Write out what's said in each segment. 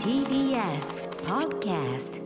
TBS Podcast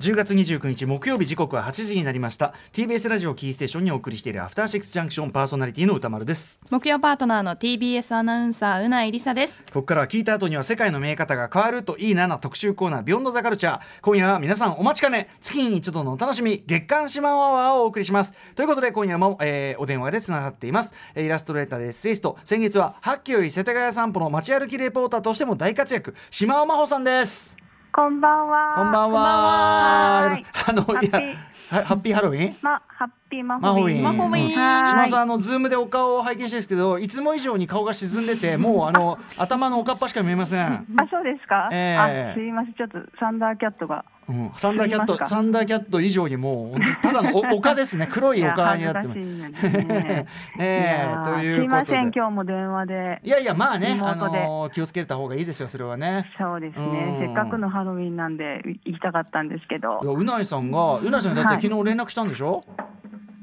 10月29日木曜日時刻は8時になりました TBS ラジオキーステーションにお送りしているアフターシックスジャンクションパーソナリティの歌丸です木曜パートナーの TBS アナウンサーうないりさですここからは聞いた後には世界の見え方が変わるといいなな特集コーナービヨンドザカルチャー今夜は皆さんお待ちかね月に一度のお楽しみ月刊シマワワーをお送りしますということで今夜も、えーお電話でつながっていますえーイラストレーターでエッセイスト先月は八キより世田谷散歩の街歩きレポーターとしても大活躍島尾真帆さんですこんばんは。こんばんははいあのいハッピやはハッピーハロウィンま、ハッピーママホホウウィィン。ンマホウィうンんはーい島さんあのズームでお顔を拝見してるんですけどいつも以上に顔が沈んでてもうあ の頭のおかっぱしか見えません、あ、そうですか。ええあ、すいません。ちょっとサンダーキャットが。うん、サンダーキャッ見えますトかサンダーキャット以上にもう本当にただのお丘です ね黒い丘になってますいや恥ずかし いねねえやというこーとですいません。今日も電話でい。やいやまあねリモあートでの気をつけた方がいいですよそれはねそうですうんね。せっかくのハロウィンなんでい行きたかったんですけいど。やうないさんがうないさんにだっはいて昨日連絡したんでしょ、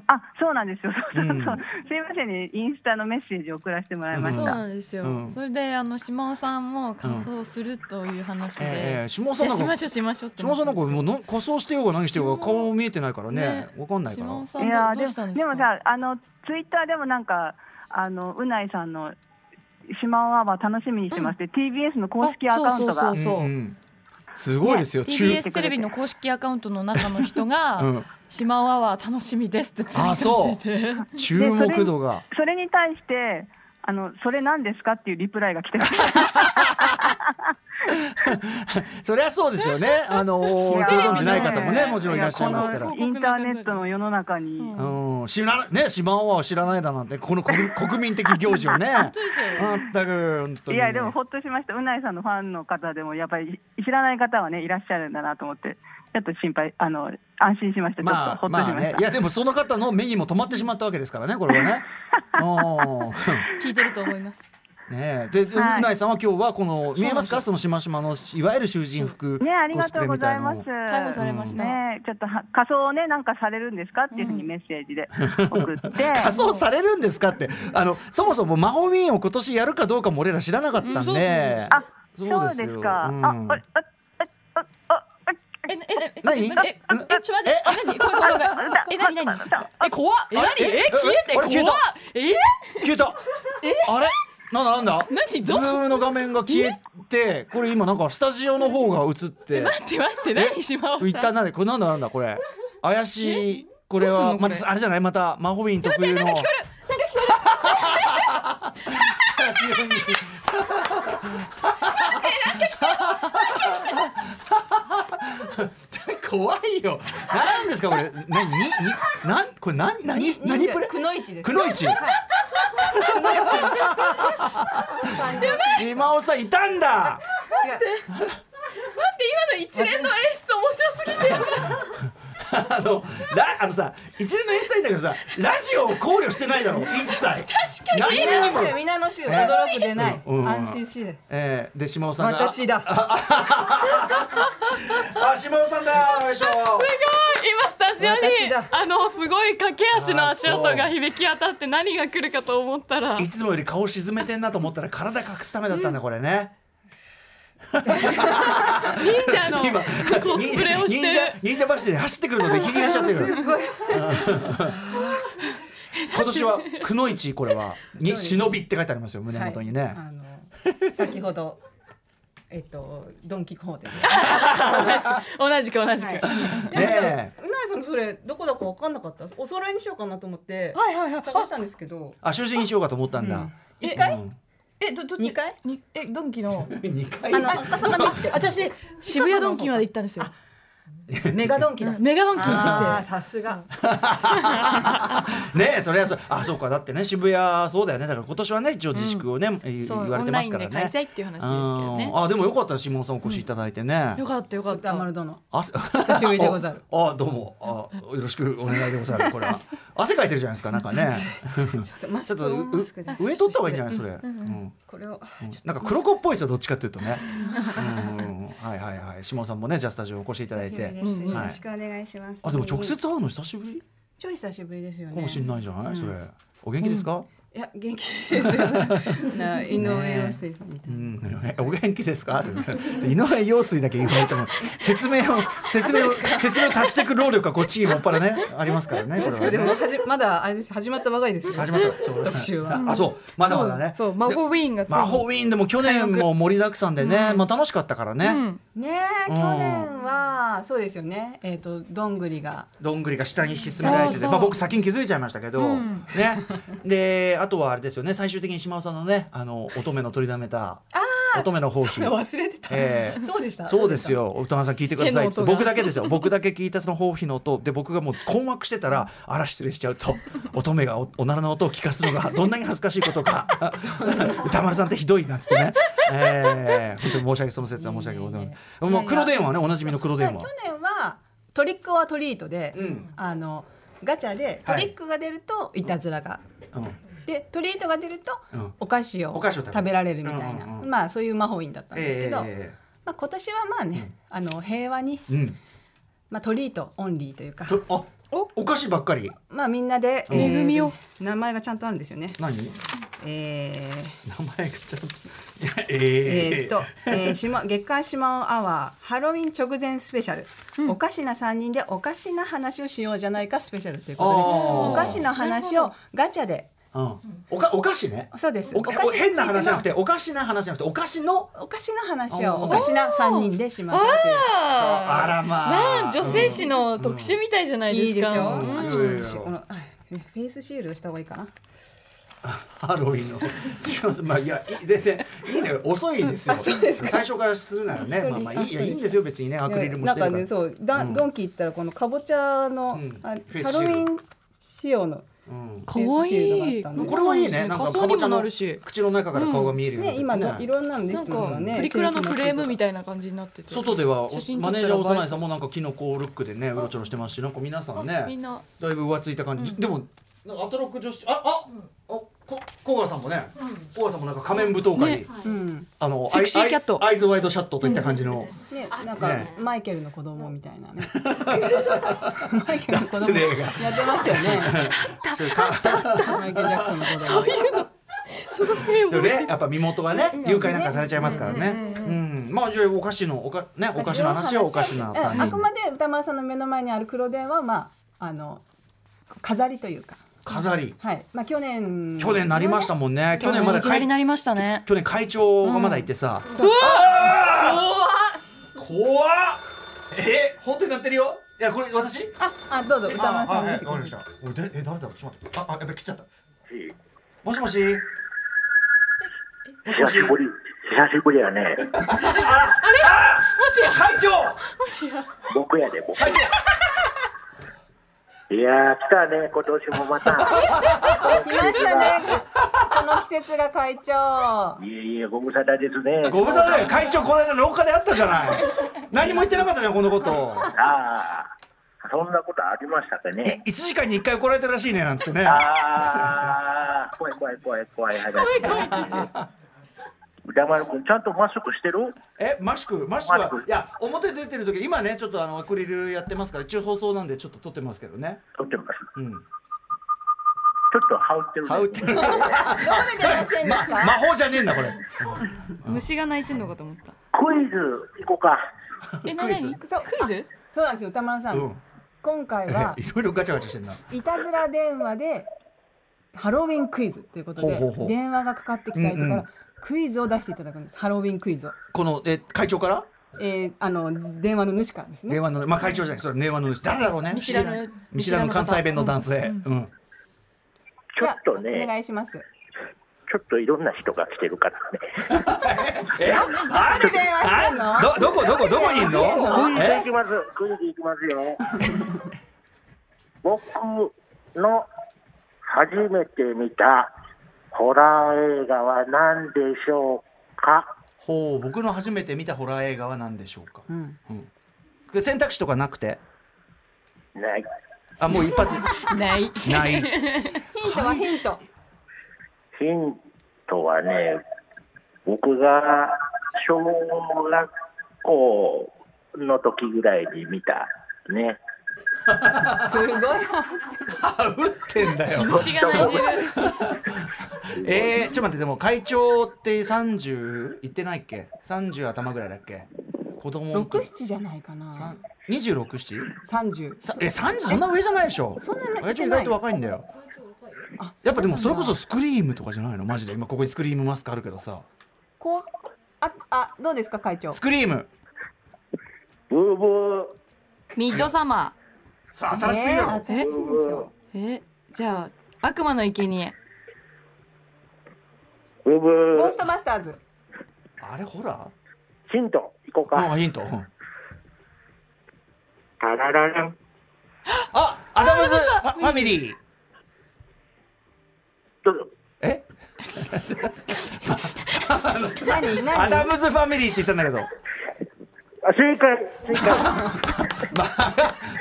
あ、そうなんですよ。そうそううんそう。すいませんね。インスタのメッセージを送らせてもらいましそそううた。なんですよ、うんそれであの島尾さんも仮装するという話で、ええ島いさんやなんしまかしょうしましょうって島さんなんかもうの仮装してようが何してようが島顔見えてないからねねわかんないから島尾さいんやーどうしたんでですでかもさ、あのツイッターでもなんかあのうないさんの。島はは楽しみにしてますって、TBS の公式アカウントがあそううんすごいですよ、中 TBS テレビの公式アカウントの中の人が「うん島尾アワー楽しみです」ってツイーあそうトしてて注目度がそれに対して、あのそれなんですかっていうリプライが 来てました。そりゃそうですよね。 あのごいや存知ない方もね、ねもちろんいらっしゃいますかいらや。このインターネットの世の中に、うんうん、知らないね、シマオワを知らないだなんて、この 国国民的行事をね 本。当ですよまったく、本当いに。やでもほっとしました。うないさんのファンの方でもやっぱり知らない方はねいらっしゃるんだなと思って、ちょっと心配あの安心しました。ちょっまとほあ、っとまあしましねた。、いや、でも、その方の目にも止まってしまったわけですからね、これ はね。う聞いてると思いますん ねえ、で、うはいないさんは今日はこの、見えますそうなんか、そのしましまの、いわゆる囚人服。ねありコがスプとレうごみたざいいなまのをす。逮捕されました、ねちょっとは仮装をねなんかされるんですかっていうふうにメッセー ジで送って、仮装されるんですかって、あの、そもそも魔法ウィーンを今年やるかどうかも俺ら知らなかったうんんそうそうで。あそうですそようですか。うんああれああああええええ何えええちょ待って何これこれこれえ何何え怖っえ何あれええ消えてあ怖れ消えったえ消えた。あれ、なんだなんだ。何ズどームの画面が消えて、これ今なんかスタジオの方が映って。待って待って何島尾一さ旦んなんで、これなんだなんだこれ。怪しい。これどうすんは、のまこた、れあれじゃない、また、マホウィン特有の。なんか聞こえる。なんか聞こえる。スタジオに。 怖いよ。なんですかこれ。何にになんこれ何何何プレ。くのいちです。くのいち。島尾さんいたんだ。違う。待って今の一連の演出面白すぎてやばいあの、ラ、あのさ、一連の演出はいいんだけどさ、ラジオを考慮してないだろ一切。確かに。皆何のにも衆、。皆の衆、驚くでない。うん安心しい。えー、で島尾さんが。私だ。あ。あ、島尾さんだ。よいしょ。すごい今スタジオ私にだあのすごい駆け足の足音が響き当たって何が来るかと思ったらいつもより顔沈めてんなと思ったら体隠すためだったんだこれね。忍者の今コスプレをして忍者る忍者話で走ってくる ので息切れしちゃってる。ごい。今年はくのいちこれはにそうです忍びって書いてありますよ胸元にね。はいあの、先ほど。えっと、ドンキホーテで。同じく同じくは。はいいでもねさ、うなえさん、それ、どこだかわかんなかった。お揃いにしようかなと思って。はいはい探あしたんですけど。あ囚人にしようかと思ったんだ。え一回。えどどっち二階にえドンキの二回。あの、朝まで見つけた私渋谷ドンキまで行ったんですよメガドンキだ。メガドンキ行ああ、ってきてさすが。ねえそれはそうあそうかだってね渋谷そうだよねだから今年はね一応自粛をね、いそ言うわれオンてラまイすンかでらね開催っていう話ですけどねうんあでもよかった下門さんお越しいただいてね、よかったよかっ歌た丸殿。汗久しぶりでござる。ああどうもあよろしくお願いでござるこれは汗かいてるじゃないですかなんかねちょっとマちスょっクとを。うマスクで上取った方がいいんじゃないそれ、うんこれを。なんか黒子っぽいですよどっちかっていうとねうんうんうんはいはいはい下門さんもねじゃあスタジオお越しいただいてうんうんよろしくお願いします。あでも直接会うの久しぶりちょい久しぶりですよね。かもしれないんじゃない、それお元気ですか、いや元 気ですよ。な井上陽水さんみたういな。ん、えお元気ですかって 井上陽水だけ言われても説明を説明を説明を足していく労力がこっちにもっぱら ねありますからねこでれすはかでもねはじまだあれですよ始まったばかりですよ。始まったそう特集はあそうまだまだねそう魔法ウィーンがついに魔法ウィーンでも去年も盛りだくさんでね、まあ楽しかったからね、うんねえ去年はそうですよね。えっ、とどんぐりがどんぐりが下に引き詰められてて、そうそうまあ、僕先に気づいちゃいましたけど、うんねであとはあれですよね最終的に島尾さんのねあの乙女の取りだめた乙女の方そうだ針 忘れてた。ええそうでした。そうですよ歌川さん聞いてくださいっつって手の音が僕だけですよ僕だけ聞いたその包皮の音で僕がもう困惑してたらあら失礼しちゃうと乙女がおおならの音を聞かすのがどんなに恥ずかしいことか歌丸さんってひどいなっつってね、ええ本当に申し訳その説は申し訳ございませんいやいやいやもう黒電話ねおなじみの黒でし電た。去話。年はトリックオアトリートで、うんあのガチャでトリックが出るといたずらが。うんでトリートが出るとうんお菓子をお菓子を食べる食べられるみたいな、うんうんうんまあそういう魔法院だったんですけど、えまあ、今年はまあね、あの平和に、えうんまあ、トリートオンリーというか、とあお菓子ばっかりまあ、みんなで、ん恵みを名前がちゃんとあるんですよね。何名えー前がちょっといやえええーっと、えー、島月刊島尾アワーハロウィン直前スペシャル、おかしな3人でおかしな話をしようじゃないかスペシャルということであーおかしな話をガチャでうん、おかお菓子ねそうですおかお菓子につい変てのな話じゃなくておかしな話じゃなくてお菓子のおかしな話をおーおかしな3人でしましょうという。ああらまあなあ女性誌の特集みたいじゃないいいでですか、しょ。うんあいいちょっよとしこのあフェイスシールドした方がいいかな。ハロウィンのしますまあいやいい全然いいね遅いですよ最初からするならねまあまあいいいやいいんですよ別にねアクリルもしてるからなんかねそうだ、うんドンキ行ったらこのかぼちゃの、うんあハロウフェイスシールドィン仕様のうんかわいいフェイスシールドがあったんでこれはいいねなんか仮か装ぼにちゃものなるし口の中から顔が見えるようねに今なっのていろんなのできなてんますよかね。プリクラのフレームみたたいな感じになってて外では写真撮マったネーらジャー幼いさんもなんかキノコルックでねうろちょろしてますしなんか皆さんねみんなだいぶ浮ついた感じ、でもなんかアトロック女子ああ、おこ小川さんもね、小川さんもなんか仮面舞踏会に、ねいな。うん。あのセクシーキャットアイアイズワイドシャットといった感じの、ねなんか、ねマイケルの子供みたい なね。マイケルの子失供や礼がってましたよ ね。そういうかマイケルジャクソンの子供。そういうそうねやっぱ身元がね誘拐なんかされちゃいますからねうんまあじゃあお菓子のおかねお菓子の話はお菓子なさんあくまで歌丸さんの目の前にある黒電話はまああの飾りというか。飾りはい、まあ去年。去年なりましたもんね去年まだいきな会りなりましたね去年会長がまだいてさ、怖っえ本当になってるよいやこれ私あ、あ、どうぞ、歌丸さんあ見はいてくわかりだましさい。たおいでえ誰だろうちょっと待ってああやっぱり切っちゃったもしもしもしも久ししぶり、久しぶりやね。もしや会長もしや僕やで、僕。会長いやー、来たね、今年もまた。来ましたね。この季節が会長。いえいえ、ご無沙汰ですね。ご無沙汰だよ会長この間廊下で会ったじゃない何も言ってなかったじゃんこのことああ、そんなことありましたかえね。 1時間に1回怒られてるらしいねなんつってねああ、怖い怖い怖い怖い話。歌丸君、ちゃんとマスクしてるえマシクマシクはマシクいや表出てる時今ねちょっとあのアクリルやってますから一応放送なんでちょっと撮ってますけどね撮ってます。うんちょっと羽織ってる、ね。羽織ってるどこで電話してんです魔か。法じゃねえんだこれ虫が鳴いてんのかと思ったクイズ行こうか。えクイズ何クイズそうなんですよ、歌丸さ。うんん今回はえいろいろガチャガチャしてんないたずら電話で。ハロウィンクイズということでほうほうほう電話がかかってきたりとうんうんかクイズを出していただくんですハロウィンクイズを、このえ会長からえー、あの電話の主からですね令和のまあ会長じゃないそれ令和の主誰だろうね見知らぬ見知らぬ関西弁の男性うん、ちょっとじゃあお願ね、いしますちょっといろんな人が来てるからね。えなんで電話してんのどどこどこどこにいんのクイズえ行きます。クイズ行きますよ。僕の初めて見たホラー映画は何でしょうか。ほう僕の初めて見たホラー映画は何でしょうか、んうんで選択肢とかなくてない。あもう一発ないないヒントはヒントヒントはね、僕が小学校の時ぐらいに見たね、すごいあ打ってんだよ 虫が鳴いてる。 えー、ちょっと待ってでも会長って30いってないっけ30頭ぐらいだっけ子供の六時七じゃないかなさ。26七三十。さえ30そんな上じゃないでしょそんな上じゃない会長意外と若いんだよあやっぱでもそれこそうなんだスクリームとかじゃないのマジで今ここにスクリームマスクあるけどさこわああどうですか会長ス。クリームブーブーミッドサマさあ新しいだろ、ね新しいですよ。ー。え、じゃあ悪魔の生贄。ブーブゴーーストバスターズ。あれほらヒントいこうあかヒントうんタララランあアダムズファファミリーちょっとえ何アダ何。ムズファミリーって言ったんだけどあ正解正解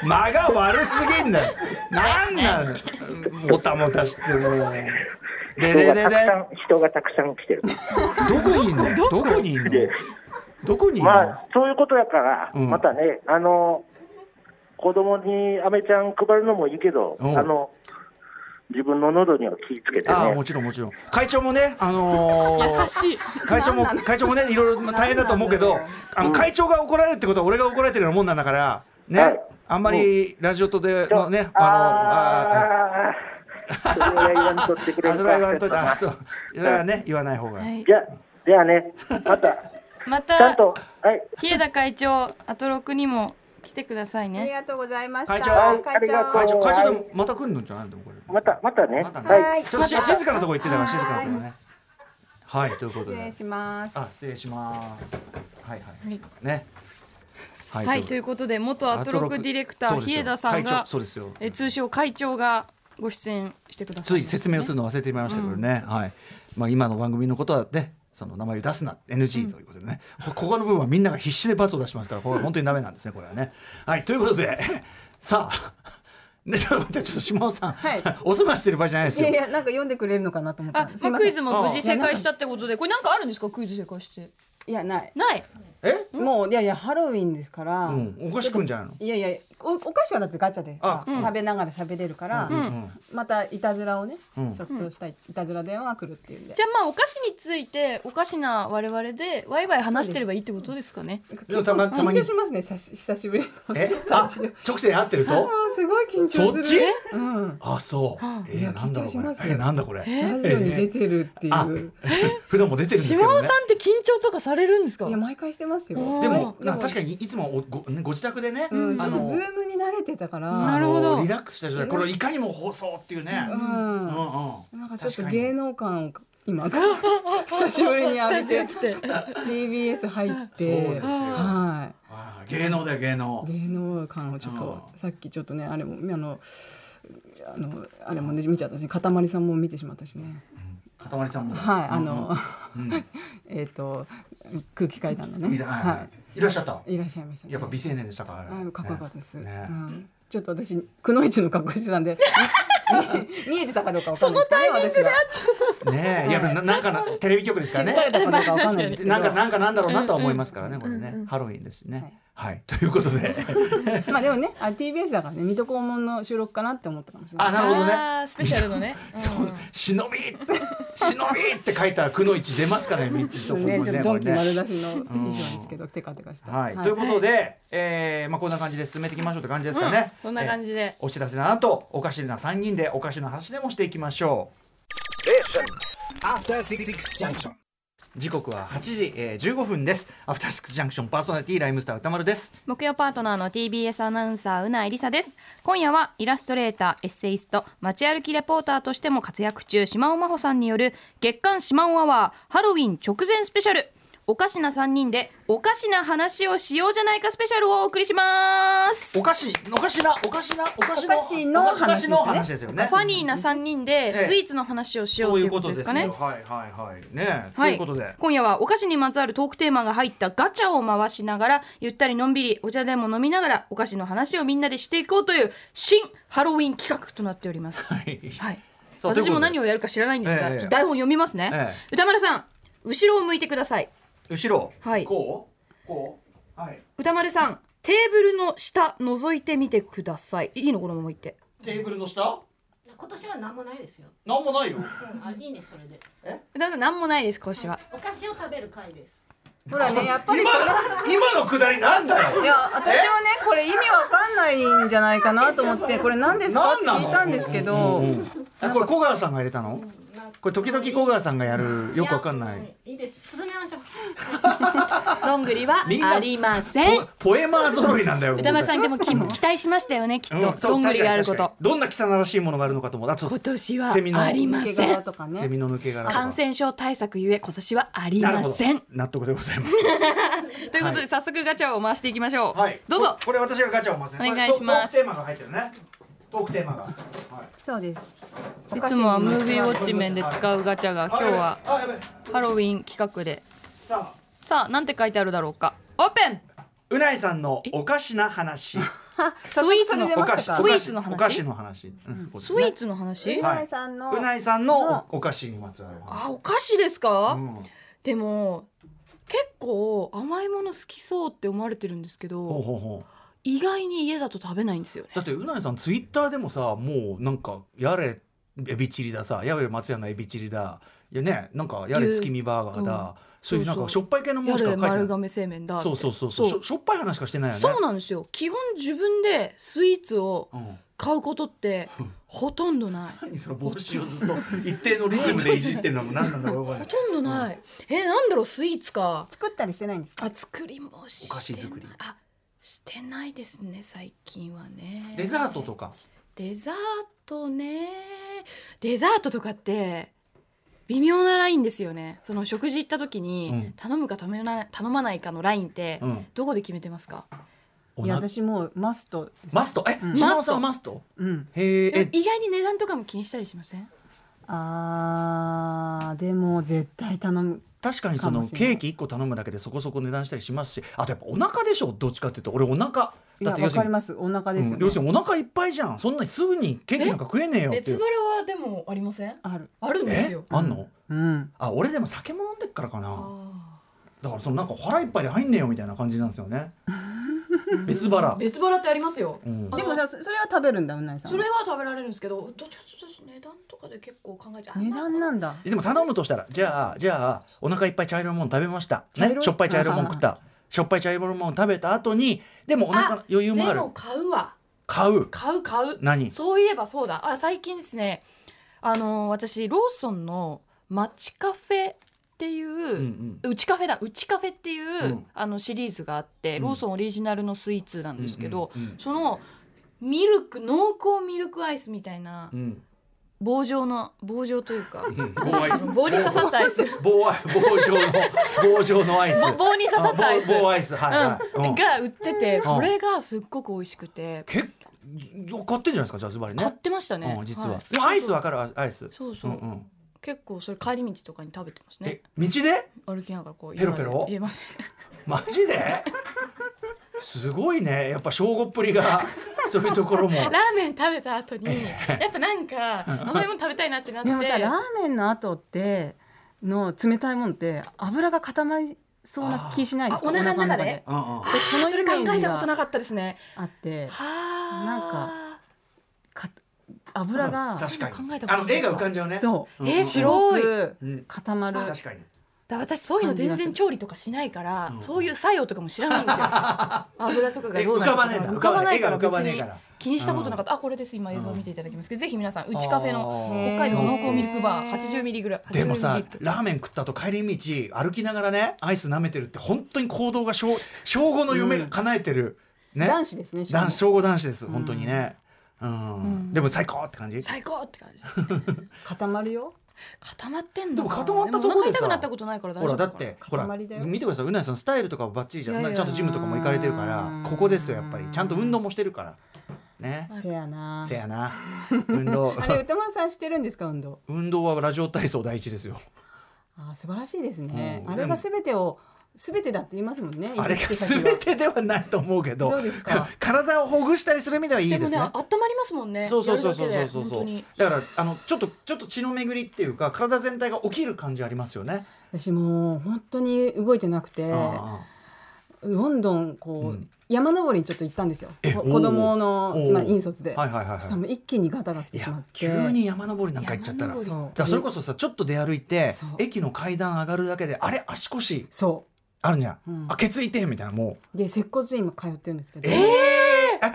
間が悪すぎんだよ。なんなのもたもたしてる。でで人でがでたくさん人がたくさん来てるどこにいんのどこにいんのどこにいんの、まあそういうことだから、うんまたねあの子供にアメちゃん配るのもいいけど、うんあの自分の喉には気ぃつけてああねもちろんもちろん会長もねあのー優しい。会長もなんなの会長もねいろいろまあ大変だと思うけどなんなのよあの会長が怒られるってことは俺が怒られてるようなもんなんだからね、はいあんまりラジオとでちょのねああのあーそれは言わんとってくれあるそかれは言わんといたあそうそれはね言わない方が、はい じ。ゃあじゃあねまたまちゃんたとはい日枝会長アトロクにも来てくださいありね。がとうございました。会長ありがとう会長会長ではもまた来るのじゃないのこれまたまたねまたねはいちょっとし静かなとこ行ってたから静かなとこね。はい、ということ失で礼。します。あ、失礼します。はいはい。はいね。ははい、ということで元アトロクディレクタそーうです日よ枝さん会が長そうですよ。え通称会長がご出演してくださついい説明をするの忘れてしまいましたけどね。はい。まあ今の番組のことはね。その名前を出すな NG ということでね、ここの部分はみんなが必死で罰を出しますからこれは本当にダメなんですねこれはね。はいということで さあ、ね、ちょっと待ってちょっと島尾さん、はいおすましてる場合じゃないですいよやいやなんか読んでくれるのかなと思ったあんで、すまあ、いまクせイんズも無事正解したってことでこれなんかあるんですかクイズ正解していやないないえ、もういやいやハロウィンですから、うん、おかしくんじゃないのいやいやおお菓子はだってガチャでさ、あ食べながら喋れるから、うんまたいたずらをね、うんちょっとしたいたずら電話が来るっていうんでじゃあまあお菓子についておかしな我々でワイワイ話してればいいってことですかねでもたまたま緊に張しますね久し久しぶりのえスタあジオ直線合ってるあとーすごい緊張するそっちうん、あそうえいー、やなんだろう緊張しこれますよえー、なんだこれラジオに出てるっていあ う、普段も出てるんですけ島ど尾ねさんって緊張とかされるんですかいや毎回してますようんでもうな確かにいつもおごねご自宅でね、うん、ちあょっとのズームに慣れてたから、なるほどあのリラックスした状態これをいかにも放送っていうね、うんうんうんなんかちょっ確とかに芸能感を今久しぶりにス浴タびジオて来て TBS 入っそうでてすよはあー芸能だよ芸能い芸能感をちょっとうんさっきちょっとねあれもあのあのあれもね見ちゃったしかたまりさんも見てしまったしねかたまりさんもはいあの、うんうんえっと空気階段の いねらは、はいいらっしゃったいいらっしゃいましたねやっぱ美青年でしたから、あかっこよかったです、ねうんちょっと私くのいちの格好してたんで 見えてたかどうかわかんないですけどね私はねえいやななんかなテレビ局ですからね誰だかどうかわかんないんですけどなんかなんかなんだろうなとは思いますからね、これね、ハロウィンですしね。はい、ということ で、まあでもね、あ TBS だからね、水戸黄門の収録かなって思ったかもしれない。あ、なるほどね。あースペシャルのね、うん そう、忍び、忍びって書いたくのいち出ますかね、みちょっとね、こちれょねっこれとドンキね丸出しの衣装ですけど、テカテカした。はい、ということで、えーまあこんな感じで進めていきましょうって感じですかね。そんな感えーじでお知らせの後、おかしな三人でおかしな話でもしていきましょう。 After Six Six Junction. 時刻は8時、えー、15分です。アフターシックスジャンクションパーソナリティライムスター歌丸です。木曜パートナーの TBS アナウンサーうなえりさです今夜はイラストレーターエッセイスト街歩きレポーターとしても活躍中島尾真帆さんによる月刊島尾アワーハロウィン直前スペシャルおかしな3人でおかしな話をしようじゃないかスペシャルをお送りしますおかし、おかしな、おかしな、おかしの、おかしのおかしの話ですよね。ファニーな3人ええでスイーツの話をしようそとういいううここととでですすかよ。ねはいはいはい。ねえ、はということで。今夜はお菓子にまつわるトークテーマが入ったガチャを回しながらゆったりのんびりお茶でも飲みながらお菓子の話をみんなでしていこうという新ハロウィン企画となっております。はいさあということ私でも何をやるか知らないんですが、ええちょっと台本読みますね、え歌丸さん後ろを向いてください後ろ、はいこうこうはい歌丸さんテーブルの下覗いてみてくださいいいのこのまま言ってテーブルの下今年は何もないですよ。なんもないよあ、いいね、それで。宇多田さん何もないです今年はお菓子を食べる会です。ほらねやっぱりこ今のくだりなんだよのいや私はねこれ意味わかんないんじゃないかなと思ってこれ何ですかって聞いたんですけどあこれ小川さんが入れたのこれ時々小川さんがやるよくわかんないいいです。進めましょう。どんぐりはみんなありませんポポエマー揃いなんだよ歌丸さんでもき期待しましたよねきっうとんそうどんぐりがあるこ確かにと確かにどんな汚らしいものがあるのかと思ったちょっと今年セミのはありま毛せ皮んとかセねミの抜け殻とか感染症対策ゆえ今年はありなるまほどせん納得でございますということで早速ガチャを回していきましょう、はいどうぞここれ私がガチャを回すねお願いしまこすれトークテーマが入ってるねトークテーマがはいそうですいつもはムービーウォッチ面で使うガチャが今日はあやべあやべハロウィン企画でさあさあなんて書いてあるだろうかオープンうないさんのおかしな話スイーツの早速それでおま菓し子たかスイーツの話お菓子の話うんスイーツの話、はいうないさんのうないさんのおお菓子にまつわるお話あお菓子ですか、うんでも結構甘いもの好きそうって思われてるんですけほうどほうほう意外に家だと食べないんですよねだってうないさんツイッターでもさもうなんかやれエビチリださやれ松屋のエビチリだいやねなんかやれ月見バーガー言ううだそういうなんそうかそうしょっぱい系のもやのしか書いれてない丸亀製麺だそうそうそうそうそしうょしょっぱい話しかしてないよねそうなんですよ基本自分でスイーツをうん買うことってほとんどない何その帽子をずっと一定のリズムでいじってるのも何なんだろうほとんどない、えなんだろうスイーツか作ったりしてないんですかあ作りもしておない菓子作りあしてないですね最近はねデザートとかデザートねデザートとかって微妙なラインですよねその食事行った時うんに頼むか頼めない頼まないかのラインってうんどこで決めてますか、おいやな私もうマストマストえうん島尾さんはマストうんへでえも意外に値段とかも気にしたりしませんあーでも絶対頼む確かにそかのもしれないケーキ1個頼むだけでそこそこ値段したりしますしあとやっぱお腹でしょどっちかっていうと俺お腹いだやってわ要すかるりにますお腹ですうよんね要するにお腹いっぱいじゃんそんなすぐにケーキなんか食えねえよってい別う腹はでもありませんあるあるんですえよあんのうんあ俺でも酒も飲んでっからかなあだからそのなんか腹いっぱいで入んねえよみたいな感じなんですよね別腹ー別腹ってありますようんあでもさそそれは食べるんだうないさんそはれは食べられるんですけどどっちかというと値段とかで結構考えちゃう値段なんだでも頼むとしたらじゃあじゃあお腹いっぱい茶色いもの食べました、茶ね色、いしょっぱい茶色いもの食ったしょっぱい茶色いもの食べた後にでもお腹の余裕でもあるも買うわ買う買う買う何そういえばそうだあ最近ですねあのー私ローソンのマチカフェっていう、うんうんうちカフェだうちカフェっていう、うんあのシリーズがあって、うんローソンオリジナルのスイーツなんですけど、うんうんうんそのミルク濃厚ミルクアイスみたいなうん棒状の棒状というかうん 棒アイス棒に刺さったアイス棒アイ棒状の棒状のアイス棒棒に刺さったアイスあ棒棒アイスはいはい、ううんん、が売ってて、んそれがすっごく美味しくて、結構買ってんじゃないですかじゃあズバリね買ってましたね、うん、実は、はいでもアイスわかるアイスそうそう、んうん、結構それ帰り道とかに食べてますねえ道で歩きながらこうペロペロ言えません マジですごいねやっぱ正午っぷりがそういうとこ ろもラーメン食べた後にやっぱなんか甘いもの食べたいなってなってでもさラーメンの後っての冷たいもんって油が固まりそうな気しないですかあお腹の中でうんうんあーそのイそれメージが考えたことなかったですねあってはなあか油が確か考えにたことあないの絵が浮かんじゃうねそうんううんえーす白ごいくうん固まる確かにだ私そういうの全然調理とかしないから、うんそういう作用とかも知らない んですよ油とかがえどう浮なるかとかばないんだ浮か絵が浮ばばないから別ねえにから気にしたことなかった、あこれです今映像を見ていただきますけど、ぜひ皆さんうちカフェのの北海道濃厚ミルクバー80ミリぐらい80でもさミリラーメン食った後帰り道歩きながらねアイス舐めてるって本当に行動が小小五の夢が叶えてる、ね男子ですねしかも男小五男子です本当にね、うんうんでも最高って感じ最高って感じですね固まるよ固まってんのかでも固まったとこもおでさ腹痛くなったことないから大ほ丈ら夫かだなってほら塊だよ見てくださいうなぎさんスタイルとかばっちりじゃんいやいやちゃんとジムとかも行かれてるからここですよやっぱりちゃんと運動もしてるからねせやなせや な運動あれ歌丸さんしてるんですか運動 運動はラジオ体操第一ですよあー素晴らしいですねうんあれが全てを全てだって言いますもんねあれが行き先は全てではないと思うけどそうですか体をほぐしたりする意味ではいいででもすね、ね温まりますもんね。そうそうそうそうやそるうだそけでう本当にだからあのちょっとちょっと血の巡りっていうか体全体が起きる感じありますよね私もう本当に動いてなくてあロンドンこう、うん山登りにちょっと行ったんですよえこおー子供のおーまあ、引率で、はいはいはい、そしたはらもう一気にガタが来てい。いしまっやて急に山登りなんか行っちゃったら山だ登りからそれこそさちょっと出歩いてそう駅の階段上がるだけであれ足腰そあるじゃん、う、うんあケツいてへんみたいなもうで接骨院も通ってるんですけどえー、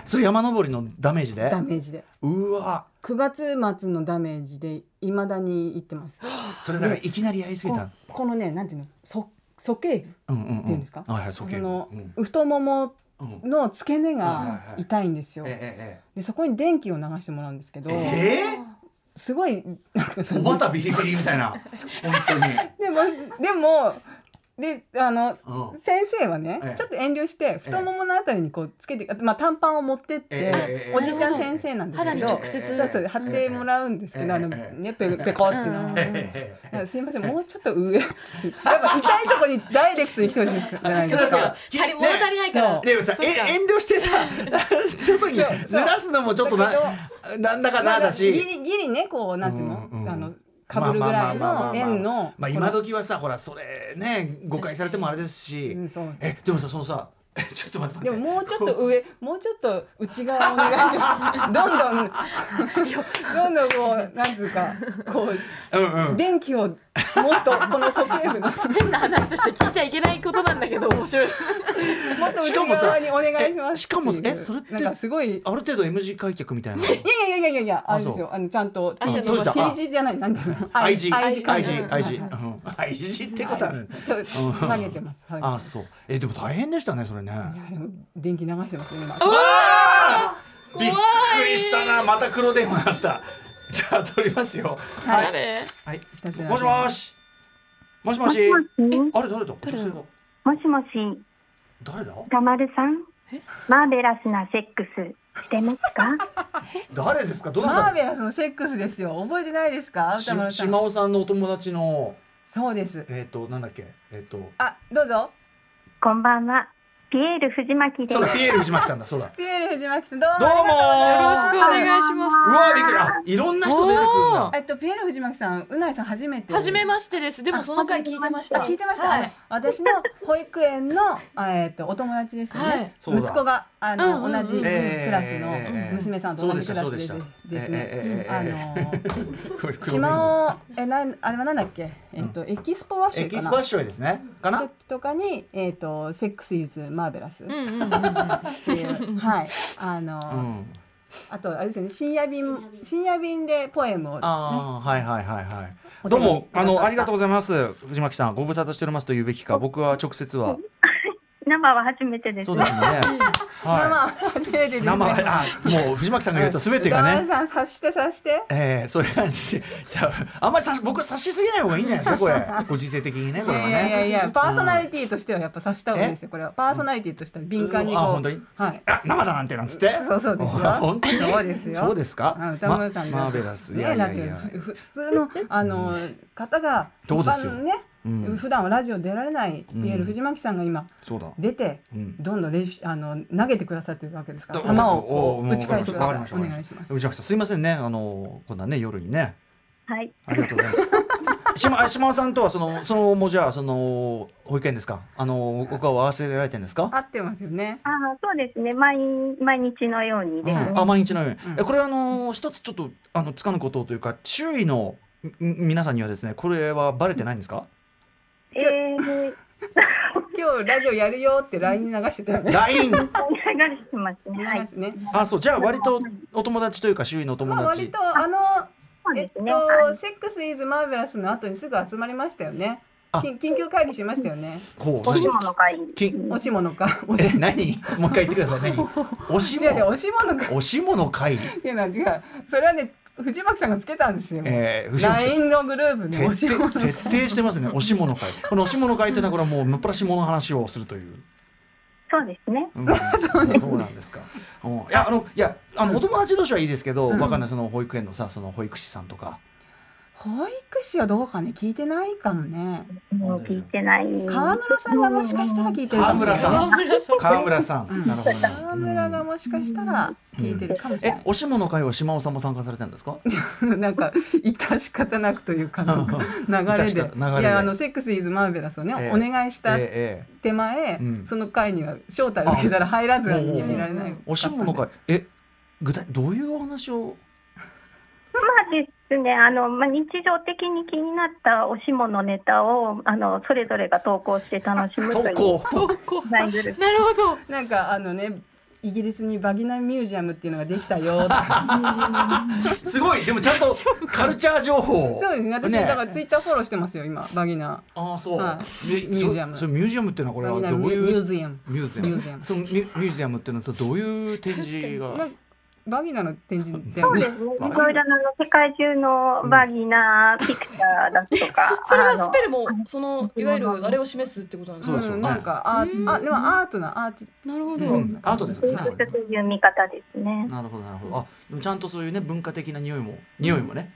えそれ山登りのダメージでダメージでうわ9月末のダメージでいまだに行ってますそれだからいきなりやりすぎたここのねなんていうのそ鼠径うんうんっていうんですかはいはいそ部うけあんの、うん太ももうんえの付けは根いはいがはい痛いんですよ、えでそこに電気を流してもらうんですけど、えええすごいなんかそえー、おのまたビリビリみたいな本当に、でもでもであのうん、先生はね、ええちょっと遠慮して太もものあたりにこうつけて、まあ、短パンを持ってって、ええおじいちゃん先生なんです肌けにど、直え接えそうそう貼ってもらうんですけど、ええあのええねペペコってなうんええすいませんもうちょっと上やっぱ痛いとこにダイレクトに来てほしいですじゃないですだかから足り物足りないから。でもさそっえか遠慮して さそこにずらすのもちょっとななんだかなだギしリギリねこうなんていうの,、うんうんあのかぶるぐまあまあまあらいまあまあの円のまあ今時はさほらそれね誤解されてもあれですしうんそうえでもさそのさ ちょっと待ってで待もってもうちょっと上、もうちょっと内側お願いします。どんどん、どんどんこう、なんつうか、こう、うんうん電気をもっと、この鼠径部の、もっ変な話として聞いちゃいけないことなんだけど面 白い。とし内かもさ側にお願いしますっていう。えしかもえそれってなんかすごい、いある程度 M 字開脚みたいなやいやいやいやいや、ああれですよ、あの、ちゃんと、あち閉じた政治じゃない、なんていうの、愛人愛 愛人人愛人人愛人うん愛人ってことはねと投げてます。はい。あそうえでも大変でしたねそれねいやでも電気流してますね、今。びっくりしたなまた黒電話だった じゃあ取りますよあれはいだってもしもし。もしもし。もあれ誰だ。女性だ。しもし、誰だ。たまるさん。マーベラスなセックスしてますか？誰ですか。どマなーベラスのセックスですよ。覚えてないですかた。歌丸しさ島ん。尾さんのお友達の。そうです。えっ、と、なんだっけ。えっ、と。あ、どうぞ。こんばんは。ピエール藤巻ですそう。だ、ピエール藤巻さんだ。そう だ。ピエール藤巻さんどうもどうもありがとうございますよろしくお願いします。うわ、びっくり。あ、いろんな人出てくるんだお。えっとピエール藤巻さんうないさん初めて初めまましてです。でもその回聞いてました。聞いてました、はあいの。私の保育園のあえっとお友達ですよね、はいそうだ息子があの、うんうんうん同じクえーラスの娘さんと同じクラそうスででしでた、そうでした。ですね、ええええええあのー黒電話島をえなんあれはなんだっけえっと、エキスポワッシエュキかスパッなションですね。かな。とかにえっ、とセックスイズマーベラスっうてんいう、うんうんうん。 はいあのーうん。あとあれですよね深夜便深夜便でポエムをああ、はいはいはいはい。おどう手紙も、くだあさったの、ありがとうございます。藤巻さん、ご無沙汰しておりますと言うべきか、僕は直接は。 生は初めてですそう。ですね。 生は初めてでい。すね生、あ、もう藤巻さんが言うと、すべてがね歌。丸さん察して察してええそういう話さあんまりさし僕は察しすぎない方がいいんじゃないですかこ れご時世的にねこいれはやねいやいやいやパーソナリティとしてはやっぱ察した方がいいですよこれはパーソナリティとしては敏感にこうあ本当にはいあ生だなんてなんつって そうそうですよほら本当にそうですよそうですかあ歌丸さんまがマーベラスいやねいだっやていやふ普通のあの方が一そうですよ般のねうん普段はラジオ出られないうんピエール藤巻さんが今そうだ出てうんどんどんレシあの投げてくださってるわけですからど球をおこーうもう打ち返してくだわかさりましたいお願いします藤巻さんすいませんねあのこんなね夜にねはい。ありがとうござい ます島島尾さんとはそのそのもうじゃあその保育園ですかあのお顔を合わせられてるんですか合ってますよねああ、そうですね。毎毎日のようにうですねん、。あ毎日のように、うんえこれはあのー一つちょっとあのつかぬことというか注意のん皆さんにはですねこれはバレてないんですかええー、今日ラジオやるよって LINE に流してたよね LINE 流してますね。はい。そねあそうじゃあ割とお友達というか周囲のお友まあ達、割とあのうえっでとすね。はい、セックスイズマーベラスの後にすぐ集まりましたよね。あき緊急会議しましたよね。こうお何着物会議。きおしも のか。おしえ何もう一回言ってください何おし違う違うも おしものかおしもの会議っていうのは違う。それはね藤巻さんがつけたんですよ。えー、藤本さん LINE のグループにお徹しも底の。徹底してますねおしもの会このおしもの会っていうのはこれはもうむっぱらしもの話をするという。そうですね。うんそうなんですか。うんいやあのいやあのお友達同士はいいですけど、わかんないその保育園のさその保育士さんとか。保育士はどうかね聞いてないかもね。もう聞いてない。川村さんがもしかしたら聞いてるか川もしれな村い。さん川村さうんんなるほどね川村がもしかしたら聞いてるかもしれえない。おしもの会は島尾さんも参加されたんですか なんか致し方なくというかなんか流れ致しで方流れでいやあのセックスイズマーベラスをね、ええお願いしたえええ手前、うんその会には招待を受けたら入らずにはいられないえ。おしもの会え具体どういうお話をまあですね、あの、まあ、日常的に気になったおしものネタを、あの、それぞれが投稿して楽しむと投いう。稿投稿ライングループなるほど。なんかあのねイギリスにバギナミュージアムっていうのができたよとかすごいでもちゃんとカルチャー情報そうですね私ねだからツイッターフォローしてますよ今バギナああそう、はいでミュージアムそそれミュージアムっていうのはこれバはギナどミうュいーうジアムミュージアムミュージアムそのミュミュージアムっていうのはどういう展示ながんかバギナの展示ってそうですね。いろいろなの世界中のバギナピクチャーだとかそれあはのスペルもそのいわゆるあれを示すってことなんですそうかでしょうねなんかあうんあでもアートなアーティなるほど、うんアートですそうよねいあうこれねとという見方ですね。なるほどなるほどあでもちゃんとそういうね文化的な匂いも匂いもね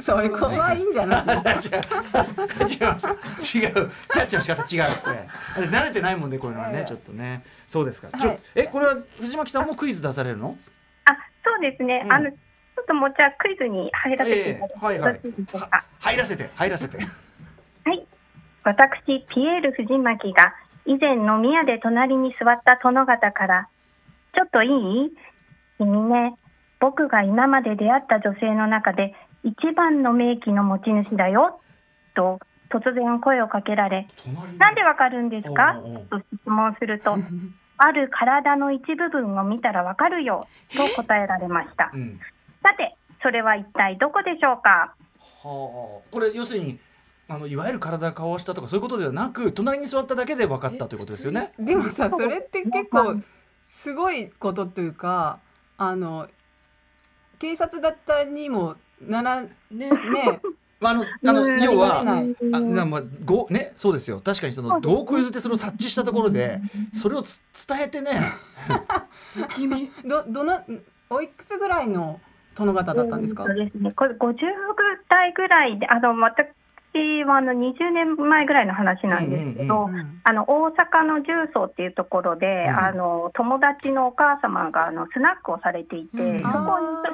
そういう子はいいんじゃない 違う違う違いました違うキャッチの仕方違うね慣れてないもんねこういうのはねええちょっとねそうですかちょはいえこれは藤巻さんもクイズ出されるのあ、そうですね。うんあの、ちょっともうじゃあクイズに入らせていただいて、ええはいはいよろしいでしょうか。は入らせて入らせてはい。私、ピエール藤巻が、以前飲み屋で隣に座った殿方から、ちょっといい君ね、僕が今まで出会った女性の中で、一番の名器の持ち主だよ、と突然声をかけられ、隣なんでわかるんですかおうおうと質問すると、ある体の一部分を見たらわかるよ、と答えられましたう。んさて、それは一体どこでしょうかはあこれ要するにあのいわゆる体を顔したとかそういうことではなく隣に座っただけで分かったということですよね。でもさそれって結構すごいことというかあの警察だったにもならねねまああのあの 要はなりあなまあごねそうですよ確かにその同クイズってそれを察知したところでそれをつ伝えてね君どどのおいくつぐらいの殿方だったんですかそうですね。これ50代ぐらいで、あの私はあの20年前ぐらいの話なんですけど、ううんあの大阪の重曹っていうところで、んあの友達のお母様があのスナックをされていて、うんそこにちょ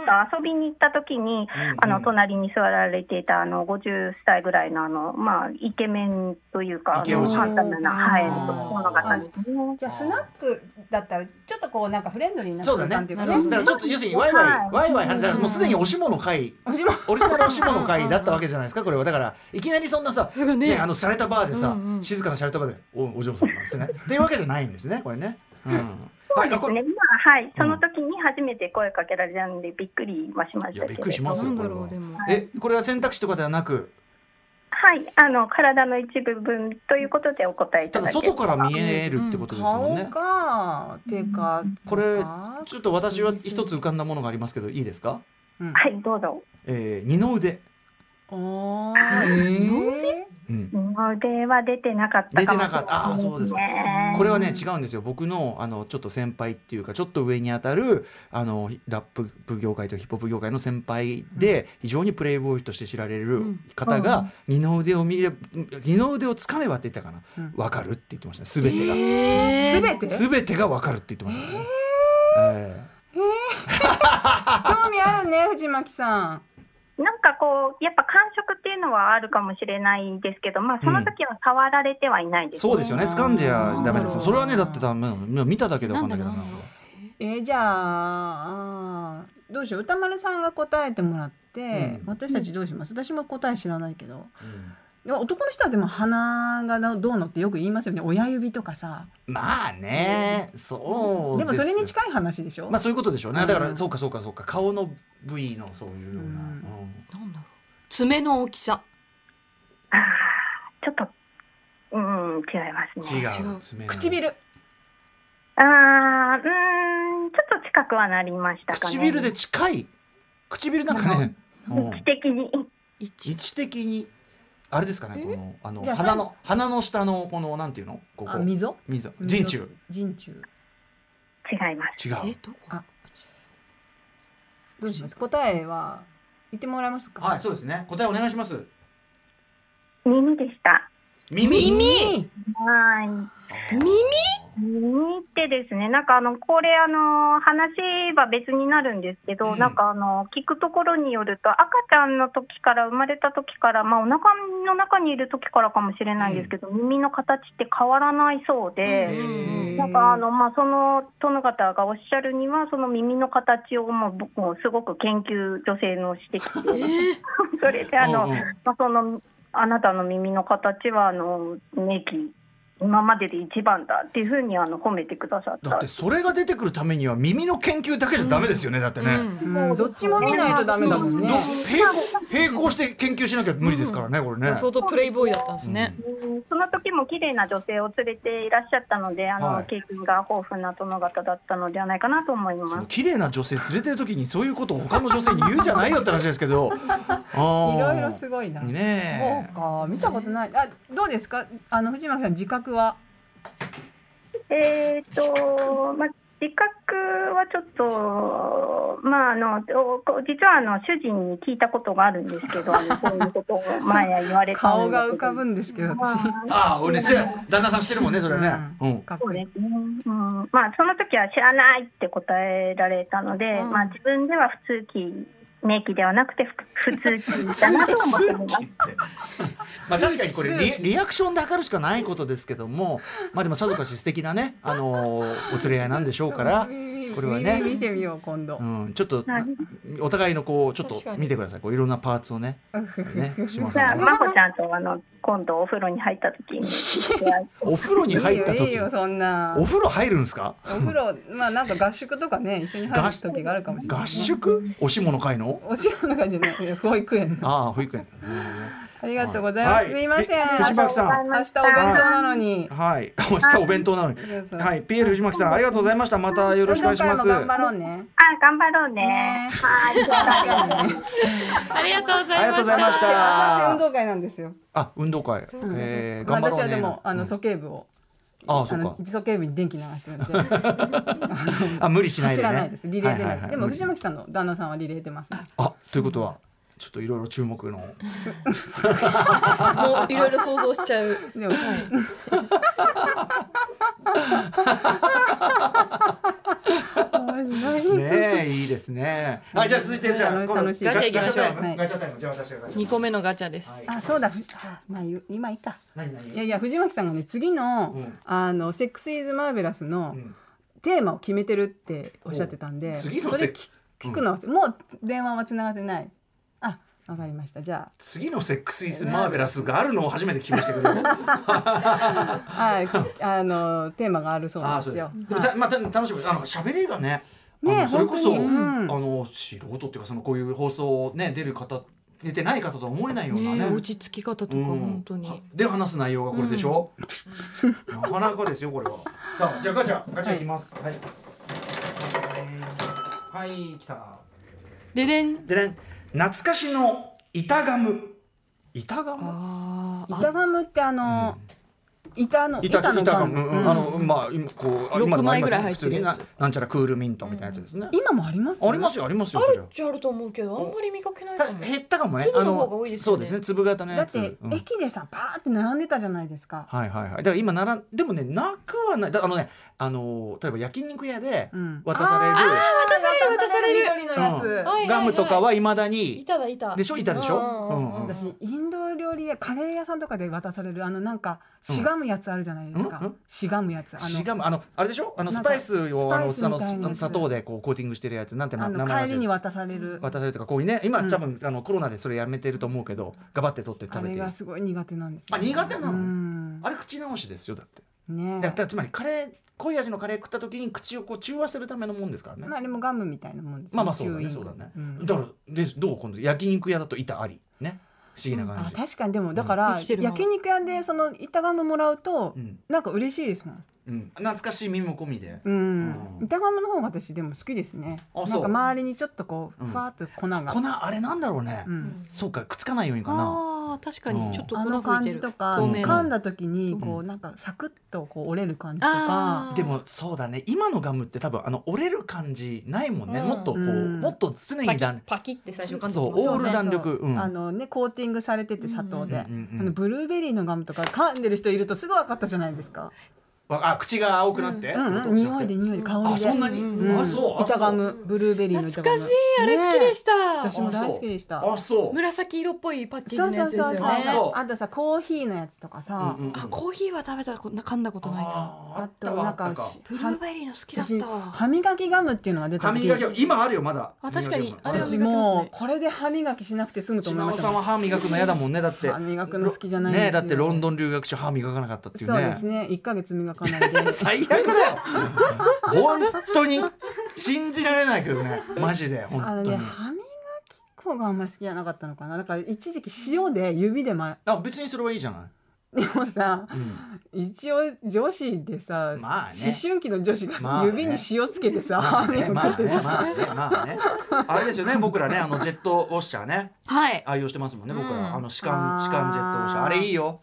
っと遊びに行った時に、あの隣に座られていたあの50歳ぐらいのあの、まあ、イケメンというか、あイケオのジ簡単な、はい、あー物語ですね。じゃあスナックだったらちょっとこうなんかフレンドリーなそうだ空間ってねいだかからちょっと要するにワイワイワイワイ話だからもうすでにおしもの会おしまオリジナルおしもの会だったわけじゃないですかこれはだからいきなりそんなさすごいねねあの洒落たバーでさうんうん静かな洒落たバーでおお嬢さんなんですね っていうわけじゃないんですねこれね。うんはいあこれね、今はい、その時に初めて声かけられたので、びっくりはしましたけれど。いやびっくりしますなよんだこれろはうでもえこれは選択肢とかではなくはい、あの体の一部分ということでお答えいたただだけ外から見えるってことですもんね顔。か手かこれかちょっと私は一つ浮かんだものがありますけどいいですか、うんはい、どうぞ。えー、二の腕、おーうん、二の腕は出てなかったかもしれない出てなかったあーそうですかねこれはね違うんですよ僕のあのちょっと先輩っていうかちょっと上にあたるあのラップ業界とヒップホップ業界の先輩で非常にプレイボーイとして知られる方が二の腕を見れ二の腕をつかめばって言ったかなうんわかるって言ってましたね全てが。えすべてすべてがわかるって言ってましたね。え興味あるね藤巻さんなんかこうやっぱ感触っていうのはあるかもしれないんですけど、まあその時は触られてはいないでーす、ねそうですよね。掴んじゃダメですよ。うんそれはねだってダメなの。見ただけでわかんないけどななんだろうえーじゃああーどうしよう歌丸さんが答えてもらって、うん私たちどうします私も答え知らないけどうんでも男の人はでも鼻がなどうのってよく言いますよね親指とかさまあね、そうでもそれにい。近い話でしょ、まあそういうことでしょうね。だかうらんそうかそうかそうか。顔の部位のそういうような。うんうんなんだろう爪の大きさちょっとうん違いますね違違うう。爪の唇あーうんちょっと近くはなりましたかね唇で近い。唇なんかね。うん知的に位一置的にあれですかね。このあのじゃあ鼻の鼻の下のこのなんていうのここあ。溝溝。人中。人中違います違えう。どこあどうします答えは言ってもらえますか。はい、そうですね。答えお願いします。耳でした。耳。はい。耳耳ってですね、なんかあの、これあの、話は別になるんですけど、うんなんかあの、聞くところによると、赤ちゃんの時から生まれた時から、まあお腹の中にいる時からかもしれないんですけど、耳の形って変わらないそうへで、ーなんかあの、まあその殿方がおっしゃるには、その耳の形をもう僕もすごく研究、女性のしてきて、 それであの、うんうんまあ、そのあなたの耳の形はあのネギ今までで一番だっていうふうにあの褒めてくださっだたってそれが出てくるためには耳の研究だけじゃダメですよね。だってうね。んうん、どっちも見ないとダメだもんど。ね並行並行して研究しなきゃ無理ですからね。これね。相当プレイボーイだったんですね。うんその時も綺麗な女性を連れていらっしゃったのであの、はい経験が豊富な殿方だったのではないかなと思いそまのす。綺麗な女性連れてる時にそういうことを他の女性に言うんじゃないよって話ですけ ど。いいろいろすごいな。ねそうか、見たことない。あ、どうですか。あの藤巻さん自覚は。えーっと、まあ、自覚はちょっと、まあ、あの、おこ実はあの主人に聞いたことがあるんですけ ど、あのそういうことを前は言われた顔んだがけど浮かぶんですけど、ま私。あえ。ああ、俺ね、旦那さんしてるもんね、それね。うん。かっそうこいい。ですね。うん。まあ、その時は知らないって答えられたので、うんまあ、自分では普通期、名期ではなくてふ普通期だなと思って ます。 まあ確かにこれリリアクションで測るしかないことですけども、まあでもさぞかし素敵なね、あのーお連れ合いなんでしょうから、これはね見てみよう今度う。ん、ちょっとはいお互いのこうちょっと確かに見てください。こういろんなパーツをね、 ね、島じゃさあ、んがね。まこちゃんとあの今度お風呂に入った時に出会いお風呂いいに入っよたいい時、よそんな。お風呂入るんですか？お風呂まあなんか合宿とかね一緒に入る時があるかもしれない、ね。合宿？おしもの会の？お仕事の感じね保育園の。ああ、保育園。ありがとうございます。はいすいません。え藤巻さん明日お弁当なのに。。はい。明日お弁当なのに。はいい、PL 藤巻さんありがとうございました。またよろしくお願いします。運動会も頑張ろうね。 あ、頑張ろうねね。はい、じゃあありがとうごありがとうございまし明後日運た。動会なんですよ。あ、運動会。えー、頑張ろう私ね。はでもあうのん鼠径部を。ああそうかの鼠径部に電気流してるのであ無理しない走でね。らないですリレーでないです、でも無理しない藤巻さんの旦那さんはリレー出ますねあということはちょっといろいろ注目の。もういろいろ想像しちゃう。でも、面白いねえいいです ね。はいじゃあ続いてじゃあ楽しい今度ガチャ行きましょうガガチャタイムじゃあ私がガチャタイム二個目のガチャです。あそうだふあまあ言う今いいか何何いやいや藤巻さんがね次の,、うんあの「セックス・イズ・マーベラス」のうんテーマを決めてるっておっしゃってたんで、おそ次のれセ聞聞くの、もう電話はつながってないあわかりましたじゃ次のセックスイズマーベラスがあるのを初めて聞きましたけど。あはい あのテーマがあるそうなんあでそうすですよ。。でもはいたまあた楽しみあの喋りがね。あねえのそれこそ、本当にあうんの素人っていうかそのこういう放送をね出る方出てない方とは思えないようなね。落ち着き方とかうん本当に。はで話す内容がこれでしょ、なかなかですよこれはさあじゃあガチャガチャいきますはいはい、来たででん。でね懐かしの板ガム板ガムあー板ガムってあの、板の板の板ガガムム、うんうんあのまあ今こうあ今でもありますよ六枚ぐらい入ってるやつ普通にななんちゃらクールミントみたいなやつですね、今もありますありますよありますよそりゃっちゃあると思うけどあんまり見かけないたかも。減ったかもね粒の方が多いですよねあのそうですね粒型のだやっつて、うん駅でさバーって並んでたじゃないですか、はいはいはいだから今ならんでもねなくはないだあのねあの例えば焼肉屋でうん渡される、渡される渡される。緑のやつ、うんはいはいはいガムとかはいまだにいただいた。でしょいたでしょうんうんううんん私インド料理屋カレー屋さんとかで渡されるあのなんかしがむやつあるじゃないですか、うんうんしがむやつあしがのむあのあれでしょあのなスんかパイスをあのスパイスみたいなやつあの砂糖でこうコーティングしてるやつなんて名あ前のなん帰てりに渡される渡されるとかこういうね今うん多分あのコロナでそれやめてると思うけどガバって取ってあ食べれてるがすごい苦手なんですよ、あ苦手なのうんあれ口直しですよだってねいやだつまりカレー濃い味のカレー食った時に口をこう中和するためのもんですからねまあ、あれもガムみたいなもんですよまあまあそうだチューイねンそうだねうんだからでどう今度焼肉屋だと板ありね不思議な感あじ確かにでもだから、生きてるな焼肉屋でその板ガムもらうと、うんなんか嬉しいですもんうん、懐かしい耳も込みで、うん、板ガムの方が私でも好きですね。あなんそうか周りにちょっとこう、うんふわっと粉が。粉あれなんだろうね、うんそうかくっつかないようにかなあー確かうんにちょっとあの粉感吹いじてるとか、透明な噛んだ時に、こう、なんかサクッとこう折れる感じとか。でもそうだね今のガムって多分あの折れる感じないもんね、うんもっとこう、うんもっと常にだねパキって最初感じそうオール弾力うんあのねコーティングされてて砂糖で、うんうんうんあのブルーベリーのガムとか噛んでる人いるとすぐ分かったじゃないですか。あ口が青くなって、うんうん、匂いで匂いで香りで。あそんなに、うんあそうあ板ガムブルーベリーの板ガム。懐かしいあれ好きでしたねえ私も大好きでした。そうあそう紫色っぽいパッケージそうのそやうつですよそうねそうそうあとさコーヒーのやつとかさ、うんうんあコーヒーは食べたことな噛んだことないなあとなんかしブルーベリーの好きだった私わ歯磨きガムっていうのが出た歯時磨きを今あるよまだあ確かに歯磨きをあれは磨き私ますもうねこれで歯磨きしなくて済むと思い島尾ましさたんもは歯ん磨くの嫌だもんねだって歯磨くの好きじゃないんですよねだってロンドン留学中歯磨かなかったっていうそうねですね一ヶ月磨かないで 最悪だよ本当に信じられないけどねマジであ本の当にね歯磨き粉があんま好きじゃなかったのかなだから一時期塩で指でまあ別にそれはいいじゃなでもさい、うん一応女子でさ、まあね思春期の女子がさ、まあね指に塩つけてさ、まあね歯ま磨あいてねさ、まあねまあねあれですよね僕らねあのジェットウォッシャーねはい愛用してますもんね僕ら、うんあの歯間歯間ジェットウォッシャーあれいいよ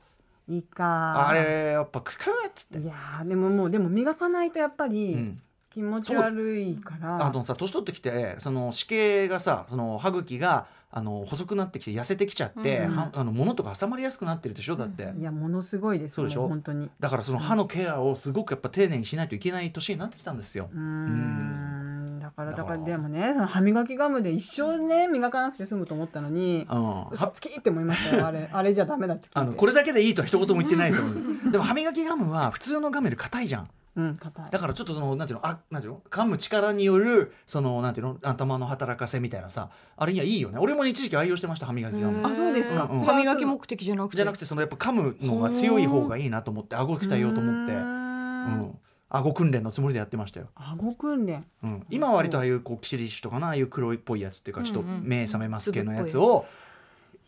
いいかあれやっぱククッつっていやーでももうでも磨かないとやっぱうりん気持ち悪いから、あのさ年取ってきてその歯形がさその歯茎があの細くなってきて痩せてきちゃって、うんはあの物とか挟まりやすくなってるでしょだって、いやものすごいですそうでしょもう本当にだからその歯のケアをすごくやっぱ丁寧にしないといけない年になってきたんですようー。んだからだだかかららでもねその歯磨きガムで一生ね磨かなくて済むと思ったのにうん、は嘘つきって思いましたよ あれあれじゃダメだって聞いてあのこれだけでいいとは一言も言ってないと思 うでも歯磨きガムは普通のガムより硬いじゃんうん硬いだからちょっとそのなんていうのあなんていうの噛む力によるそのなんていうの頭の働かせみたいなさあれにはいいよね俺も一時期愛用してました歯磨きガムへーあそうですかうんうん歯磨き目的じゃなくてじゃなくてそのやっぱ噛むのが強い方がいいなと思って顎鍛えようと思ってうーうんん顎訓練のつもりでやってましたよ、顎訓練うん、今は割とああいうこうキシリッシュとかなああいう黒いっぽいやつっていうかちょっとうんうん目覚めます系のやつを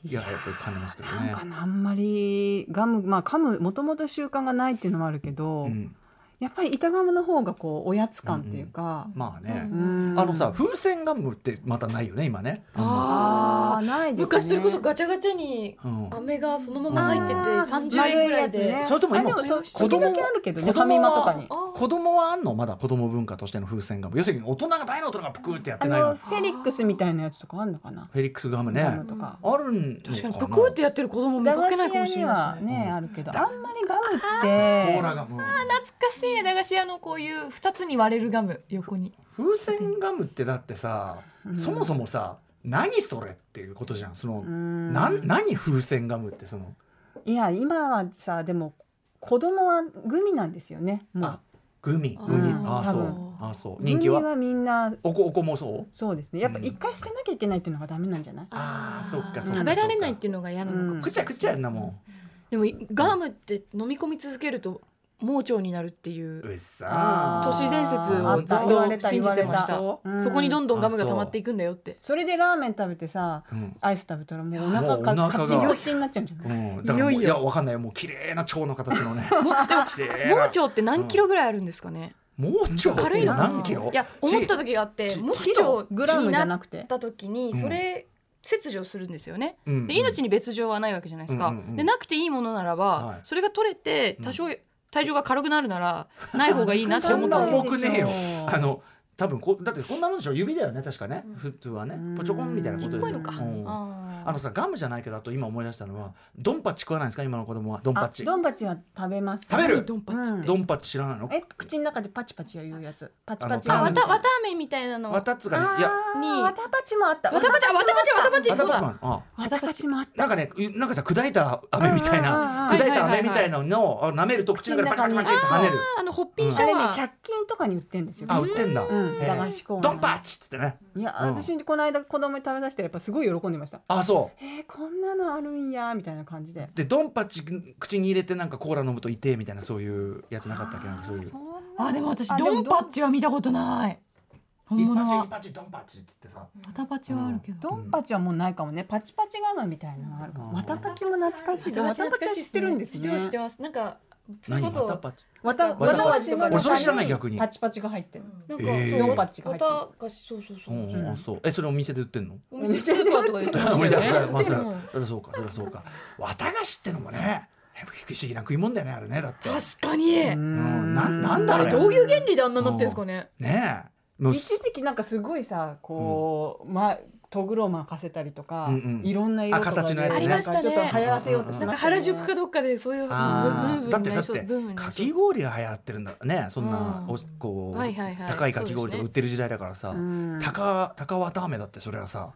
いややっぱり噛んでますけどなんねかねあんまりガムまあ噛むもともと習慣がないっていうのもあるけど、うん、やっぱり板ガムの方がこうおやつ感っていうか、まあね、うんあのさ風船ガムってまたないよね今ねあんまあーないですね昔それこそガチャガチャにうん飴がそのまま入っててあー30円ぐらい丸いやでつねそれとも今あでもと子供時々あるけどね子供はファミマとかにあー子供はあんのまだ子供文化としての風船ガム要するに大人が大の大人がぷくってやっあてないののフフェリックスみたいなやつとかあるのかなェリックスガムねガムとか、あるん確かのにかぷなくってやってる子供見駄か菓けない子か屋もしにれはないですねね、うんあるけどだあんまりガムっ甲羅てガム懐かしいね駄菓子屋のこういう二つに割れるガム横に風船ガムってだってさ、うんそもそもさ何それっていうことじゃんその、うんなん何風船ガムってそのいや今はさでも子供はグミなんですよねもあうグミあーグミうんあー多そ分うあーそうグ人ミ気ははみんなおこおこもそうそうですねやっぱうん一回捨てなきゃいけないっていうのがダメなんじゃない、あーそっかそっか食べられないっていうのが嫌なのかうんもくしちれゃないくちゃやんなもでもガムって飲み込み続けると盲腸になるっていんううっさあ都ー市伝説をずあっった言わとれた信じてました言われたそこにどんどんガムがうん溜まっていくんだよってそれでラーメン食べてさーうんアイス食べたらもうもうおお腹腹ががカチギョッチになっちゃうんじゃないうん、だからもういいよいよやわかんないよもう綺麗な蝶の形の ね綺麗盲な腸って何キロぐらいあるんですかね盲腸っ軽ていのかな何キロいや思った時があってち盲腸キログラムじゃなくくてた時にそれ切除するんですよねうんうんで命に別状はないわけじゃないですか、うんうんうんでなくていいものならば、はいそれが取れてうん多少体重が軽くなるならない方がいいなってそ思んっなた重のくねえよでしょうあの多分こだってこんなもんでしょ指だよね確かね普通はうねんポチョコンみたいなこちとでっすこいよのか、うんあーあのさガムじゃないけどあと今思い出したのはドンパッチ食わないんですか今の子供はドンパッあチドンパチは食べます食べるドンパッチって、ドンパッチ知らないのえ口の中でパチパチ言うやつパチパチあのあわたパンわたあめみたいなのわわたたっつうかねいやにわたパチもあったパチあわたパチわたパチわそたパチうだマンあわたパチもあっなんかねなんかさ砕いた飴みたいなうん砕うんううんんいた飴みたいなのをあ舐めると口の中でパチパチパチって跳ねるあのホッピンシたあャれねワー、 100均とかに売ってんですよあ売ってんだうんへえ駄菓子コーナードンパッチっつってねいやうん私この間子供に食べさせてやっぱすごい喜んでましたあそうえーこんなのあるんやみたいな感じででドンパチ口に入れてなんかコーラ飲むと痛えみたいなそういうやつなかったっけなんかそういうそんなあでも私あでドもンパッチは見たことない本一物パチ一はパチドンパチっつってさわたパチはあるけど、ドンパチはもうないかもねパチパチガムみたいなのがあるかうもんわたパチも懐かしいわたパチは知ってるんです知ってます知ってねますなんかそれこそ何わたパチわたわたわたパチとか俺それ知らない逆にパチパチが入ってるなんかか、えーそうパッチが入ってる綿菓子そうそうそうう。んうんそうえそれお店で売ってんのお店スーパーとか言って まごめんしたなさよねいまあそりゃうんそりゃそうかそりゃそうか綿菓子ってのもね不思議な食い物だよねあれねだって確かに。うんなんなんだあろれどうういう原理であんなになってんですかね。ねえもう一時期なんかすごいさこう、まトグロを巻かせたりとか、うんうんいろんな色とかあ形のやつねなんかちょっと流行らせようとしなてんまかしたね原宿かどっかでそういうブあーームだっにてだなりっそう。てブームになかりき氷が流行ってるんだねそんなうんおこうはいはいはい高いかき氷とか売ってる時代だからさん高高綿飴だってそれはさ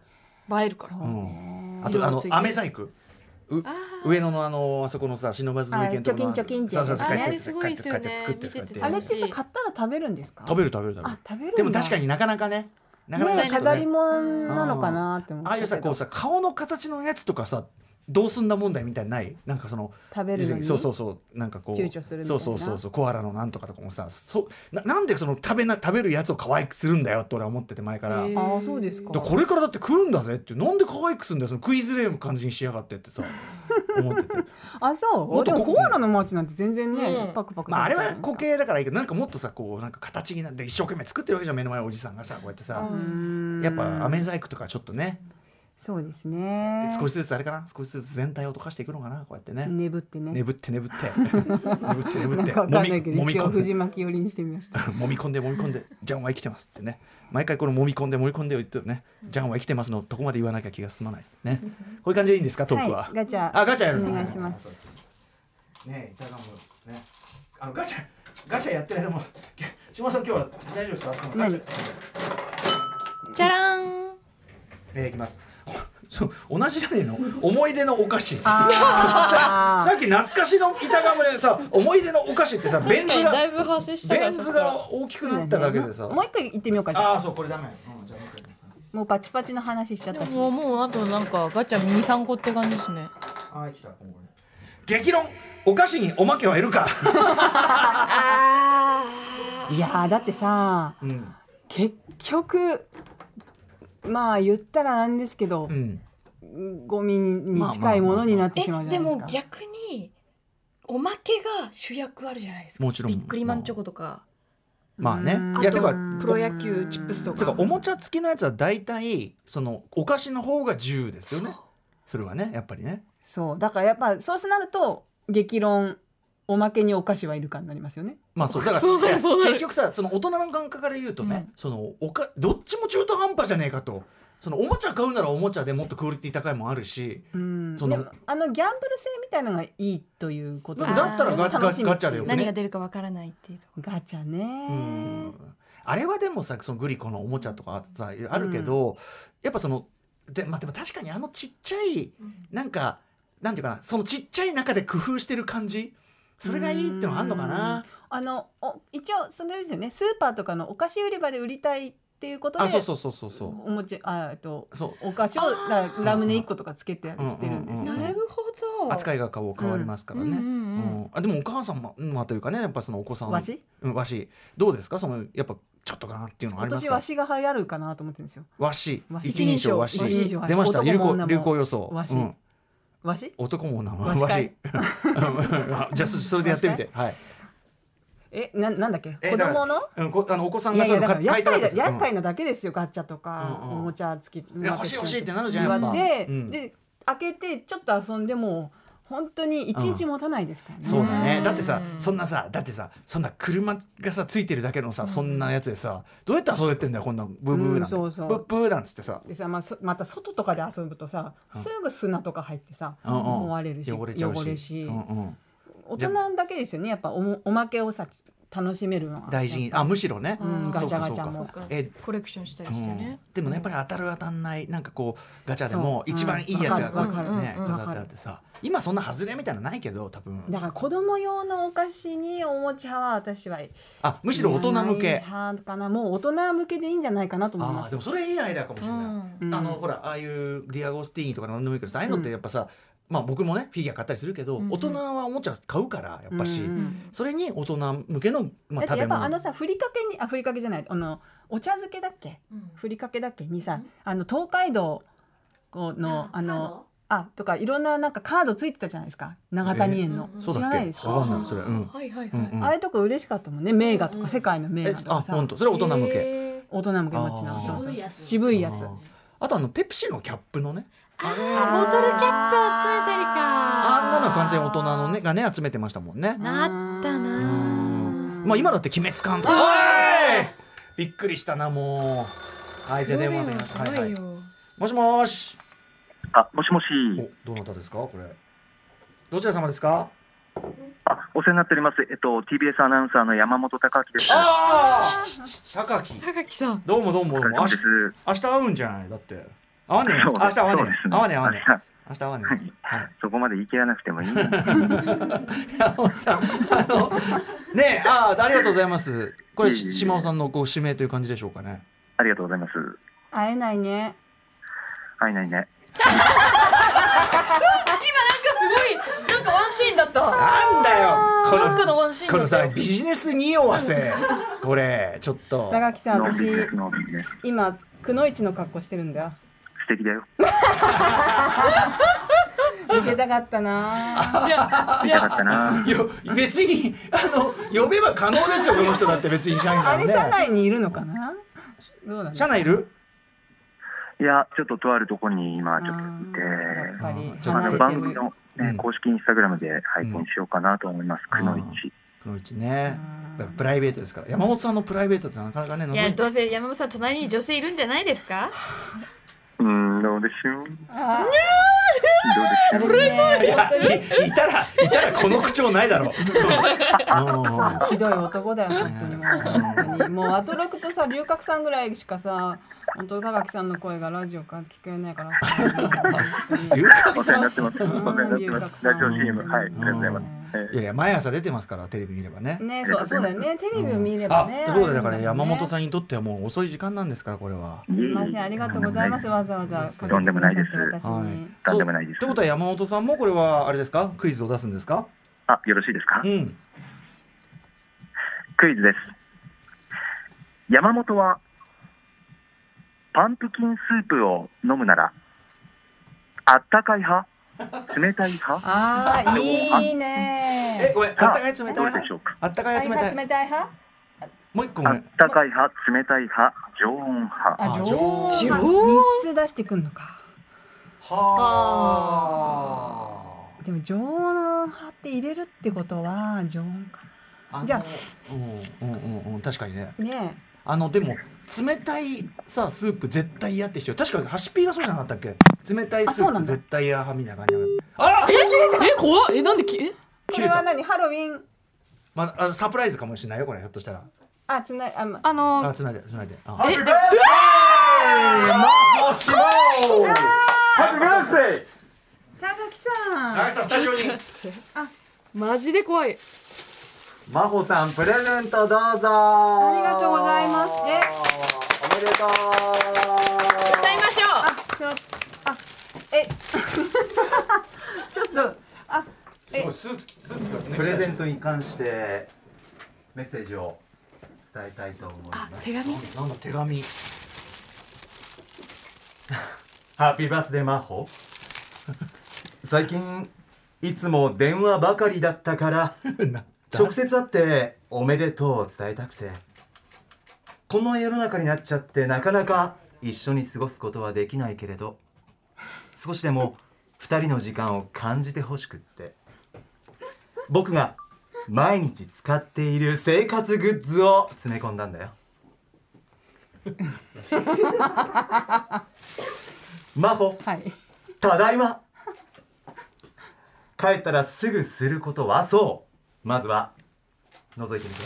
そう映えるから。あとあ色ものついてる飴細工う上野のあのあそこのさ忍ばずの意見とかのあチョキンチョキそンってうそうそう帰あれってす帰ごいっですてよ帰ねって作って作ってあれってさ買ったら食べるんですか食べる食べる食べる食べるんだでも確かになかなかねなかなかねちょっと飾り物なのかなって思ってああいうさこうさ顔の形のやつとかさどうすんだ問題みたいなのないなんかその食べるの要すににそうそうそうなんかこう躊躇するみたいそうそうなそうそうコアラのなんとかとかもさそうななんでその食べな食べるやつを可愛くするんだよって俺は思ってて前から。へーあそうですかでこれからだって食うんだぜってなんで可愛くすんだよその食いづれる感じにしやがってって さ思っててあそうもっとでこもコアラの街なんて全然ね、うんパクパクまああれ食べちはゃう固形だからいいけどなんかもっとさこうなんか形になって一生懸命作ってるわけじゃん目の前のおじさんがさこうやってさやっぱアメ細工とかちょっとねそうですね少しずつあれかな少しずつ全体を溶かしていくのかなこうやってね眠ってね眠って眠って 眠って眠なっんてかわかんないけど揉み一応込ん藤で巻寄りにしてみまし た揉み込んで揉み込んでジャンは生きてますってね毎回この揉み込んで揉み込んでを言ってるねジャンは生きてますのとこまで言わなきゃ気が進まないねこういう感じでいいんですかトークは、い、ガチャあガチャやるお願いしますねえ、いただもね。あのガチャ、ガチャやってないでも、島さん今日は大丈夫ですか？ガチャ。じゃらーんえー、いきます。 そう同じじゃねえの思い出のお菓子あ ささっき懐かしの板ガムでさ思い出のお菓子ってさベン確かズにがだいぶ発生したなベンズが大きくなっただけでさもう一回行ってみようかああそうこれダメ、うん、じゃあもう一回もうパチパチの話しちゃったしもうもうあとなんかガチャミニ三個って感じですね。あー来たこれ激論お菓子におまけはいるかいやーだってさ、結局まあ言ったらなんですけど、ゴミに近いものになってしまうじゃないですか、えでも逆におまけが主役あるじゃないですか。もちろんビックリマンチョコとか。まあねあいやてとかプロ野球チップスとつうかか。おもちゃ付きのやつは大体そのお菓子の方が10ですよねそれはねやっぱりねそうだからやっぱそうなると激論おまけにお菓子はいるかになりますよねまあそうだかそうならるそうなる結局さその大人の感覚から言うとね、そのおかどっちも中途半端じゃねえかとそのおもちゃ買うならおもちゃでもっとクオリティ高いもんあるし、うんそでのもあのギャンブル性みたいのがいいということでもだったらガ楽しみガガチャでよくね何が出るかわからないっていうとガチャねうんあれはでもさそのグリコのおもちゃとかさあるけど、やっぱそので,、まあ、でも確かにあのちっちゃいなんかなんていうかなそのちっちゃい中で工夫してる感じそれがいいってのあんのかな。あのお一応それですよねスーパーとかのお菓子売り場で売りたいっていうことであそうそうそうそうそうおもちあえっとそお菓子をだからラムネ一個とかつけてしてるんですようんうんうんうんなねる。ほ扱いが顔変わりますからね。うんうんうんうんうんあでもお母様はというかねやっぱそのお子さんわしうんわしどうですかそのやっぱちょっとかなっていうのはあ今ります年かわしが流行るかなと思ってるんですよ。わしわし一人称わし一人称わし出ました男流も行女も流行予想わしうんわし男も女もわわししじ かゃいあそそれでやってみてはいえななんだっけえ子だから供のうんこあのお子さんいがやそいういうやのだから書い厄たわ介けでだすようん厄介なだけですよガチャとかおもちゃ付きいや欲しい欲しいってなるじゃんやっぱでうんで開けてちょっと遊んでも本当に一日持たないですからね。そうだねだってさそんなさだってさそんな車がさついてるだけのさそんなやつでさどうやって遊べてんだよこんなブーブーうなんんそうてそうブーブーなんつってさでさまあそまた外とかで遊ぶとさすぐ砂とか入ってさうんうん思われるし汚れちゃうし汚れしうんうん大人だけですよねやっぱおもおまけをさ楽しめるのは大事にあむしろね、うんそうかガチャガチャもそうかそうかえコレクションしたりしてうねん。でもねやっぱり当たる当たんないなんかこうガチャでもそう一番いいやつがこうわかるわかるねうんうん飾ってあってさ今そんな外れみたいなのないけど多分だから子供用のお菓子におもちゃは私はあむしろ大人向いけらない派かなもう大人向けでいいんじゃないかなと思いあまーすでもそれいいアイデアかもしれない、うんあのほらああいうディアゴスティーンとか何でもいいけどさああいうのってやっぱさ、まあ僕もねフィギュア買ったりするけど、大人はおもちゃ買うからやっぱし、うんうんそれに大人向けの、まあ、だっ食てべやっぱあ物のさふりかけにあふりかけじゃないあのお茶漬けだっけ、ふりかけだっけにさあの東海道こうのあのあとかいろんななんかカードついてたじゃないですか永谷園の、えーそう知だらっなけいですかわかんないそれうんはいはいうんうんあれとか嬉しかったもんね名画とか世界の名画とかさえあ本当それは大人向けけ大人向け街あなーそうそうそう渋いやつあとあのペプシのキャップのねボトルキャップを集めたりかあんなのは完全に大人のねがね集めてましたもんねなったなまあ今だって鬼滅監督おいびっくりしたなもうはいじゃあ電話ではいはいもしもーしあ、もしもし。おどなたですかこれどちら様ですかあ、お世話になっております。えっと TBS アナウンサーの山本隆明です。あ高木高木さんどうもどうもどうもお明疲れ様で日す明日会うんじゃないだって会わねえよそう明日会わねそうですえね会わねえ会わねえ明明日日会わねえそこまで言い切らなくてもいい。 ねえあーありがとうございますこれし島尾さんのご指名という感じでしょうかねありがとうございます。会えないねはいないね。すごいなんかワンシーンだったなんだよこのどっかのワンシーンこだのったさビジネス匂わせこれちょっと長木さん私ノービジネス今くのいちの格好してるんだよ素敵だよ。見せたかったな見たかったな。いや別にあの呼べば可能ですよこの人だって別に社員あなれんで社内にいるのかなどうなの社内いるいや、ちょっととあるところに今ちょっといて、ぱりあの番組の、ね公式インスタグラムで拝見しようかなと思います。くのいち。くのいちねやっぱプライベートですから山本さんのプライベートってなかなかねいや覗いてどうせ山本さん隣に女性いるんじゃないですかうーん、どうでしょう。あどうでしょう。いやいいたらいたらこの口調ないだろううんひどい男だよ本当にもう本当にもうアトロクとさ龍角さんぐらいしかさ本当高木さんの声がラジオから聞こえないから さ龍角お世話になってます。お世話になってます。ラジオ CM はい、ありがとうございます。いやいや毎朝出てますからテレビ見ればねねそうそうだよねテレビを見ればあね、ということでだから山本さんにとってはもう遅い時間なんですからこれはすいませんありがとうございますわざわざかけとんてでもくだなさいっでてす。私にとんでもないです。ということは山本さんもこれはあれですかクイズを出すんですかあ、よろしいですか。うん。クイズです。山本はパンプキンスープを飲むなら、あったかい派、冷たい派。あーいいえねごめんあったかい冷たいどう派でしょうか。あったかい冷たい冷たい派もう一個あったかい派、冷たい派、常温派。あ上上手三つ出してくんのかはでも常温派って入れるってことは常温かあのじゃうんうんうんうん確かにねなねあのでも冷たいさスープ絶対嫌って人確かにハシピーがそうじゃなかったっけ冷たいスあそうーなんプだ絶対嫌派みたいな感じだあらええ怖っえなんできええこれは何ハロウィンまああのサプライズかもしれないよこれひょっとしたらあつないあまあのあつないでつないであえマホシマオハッピーバースデ高木さん高木さんスタジオにあマジで怖い真帆さんプレゼントどうぞありがとうございますえおめでとう歌いましょうあそうあえちょっとあえスーツ着スーツ着プレゼントに関してメッセージを伝えたいと思います手紙なんだ手 紙ハッピーバースデーマホ 最近いつも電話ばかりだったから直接会っておめでとうを伝えたくてこの世の中になっちゃってなかなか一緒に過ごすことはできないけれど少しでも2人の時間を感じてほしくって僕が毎日使っている生活グッズを詰め込んだんだよ真帆、ただいま帰ったらすぐすることはそうまずは覗いてみて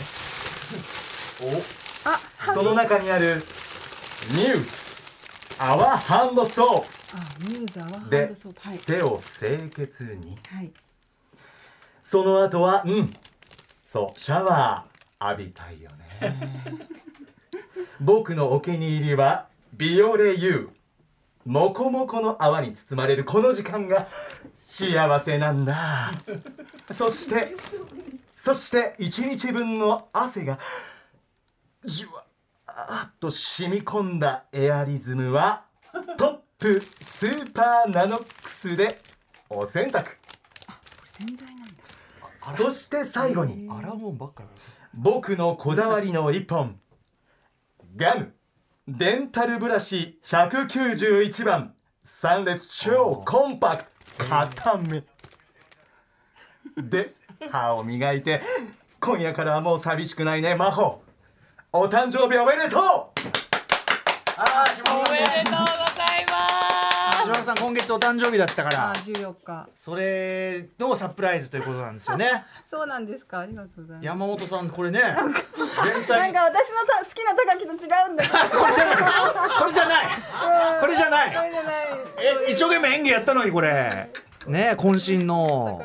おその中にあるニューアワーハンドソあミューザーはーでハンドソープはい手を清潔にはいその後はうんそうシャワー浴びたいよね 僕のお気に入りはビオレ U もこもこの泡に包まれるこの時間が幸せなんだそしてそして一日分の汗がじゅわーっと染み込んだエアリズムはとっプスーパーナノックスでお洗濯そして最後に僕のこだわりの一本ガムデンタルブラシ191番3列超コンパクト固めで歯を磨いて今夜からはもう寂しくないね真帆お誕生日おめでとうあー島おめでとうございます島田さん今月お誕生日だったから十四日。それのサプライズということなんですよ ねそうなんですか。ありがとうございます。山本さんこれね全な体んにか私のた好きな高木と違うんだ けど。これじゃないこれじゃないこれじゃないこれじゃない。え一生懸命演技やったのにこれねえ渾身 の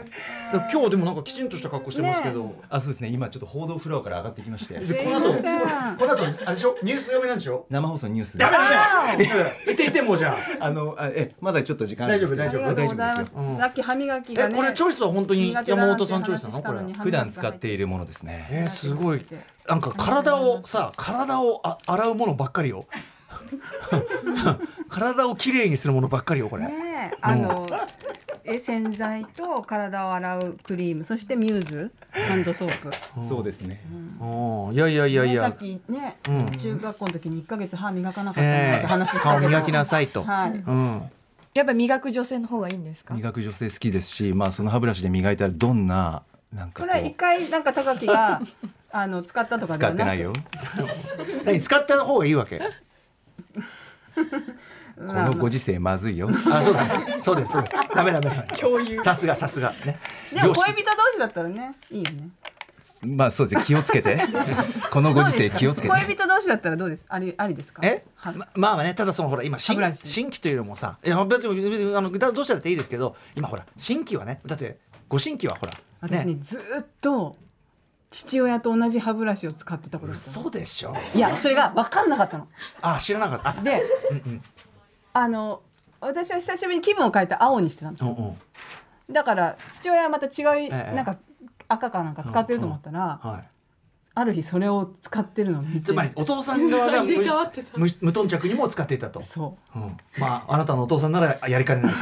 今日でもなんかきちんとした格好してますけど、あそうですね今ちょっと報道フロアから上がってきましてでこの後この後あれでしょニュース読めなんでしょ生放送ニュースでダメだね いていてもうじゃあのあえまだちょっと時間ある大丈んです夫大丈夫ありがけどとうござい大ま丈す。夫ですよさっき歯磨きえがね。これチョイスは本当に苦手だ山なんて本さんチョイスなのこれ話したのに普段使っているものですねえー、すごいなんか体をさ体をあ洗うものばっかり よ 体をきれいにするものばっかりよこれ、ねえあの、え洗剤と体を洗うクリーム、そしてミューズハンドソープ。そうですねうんいやいやいやいねやさっきね、うん中学校の時に一ヶ月歯磨かなかったなんえてえ話した顔けど。磨きなさいと、はいうんやっぱ磨く女性の方がいいんですか磨く女性好きですしまあその歯ブラシで磨いたらどんななんかこれは一回なんか高木があの使ったとかで使はってないくよ何使った方がいいわけこのご時世まずいよあそうだねそうですそうですダメダメダメ共有さすがさすがねでも恋人同士だったらねいいよねまあそうですね気をつ けてこのご時世気をつけて恋人同士だったらどうですありありですかえ、ままあまあねただそのほら今新新規というのもさいや別に別にあのだどうしたらっていいですけど今ほら新規はねだってご新規はほら私ねずーっと父親と同じ歯ブラシを使ってたこと嘘でしょいやそれが分かんなかったのあ知らなかったで、うんうんあの私は久しぶりに気分を変えて青にしてたんですよ、だから父親はまた違う、ええなんか赤かなんか使ってると思ったら、はいある日それを使ってるのを見てつまりお父さん側が無 入れ替わってた無無頓着にも使っていたとそう、ん、まああなたのお父さんならやりかねない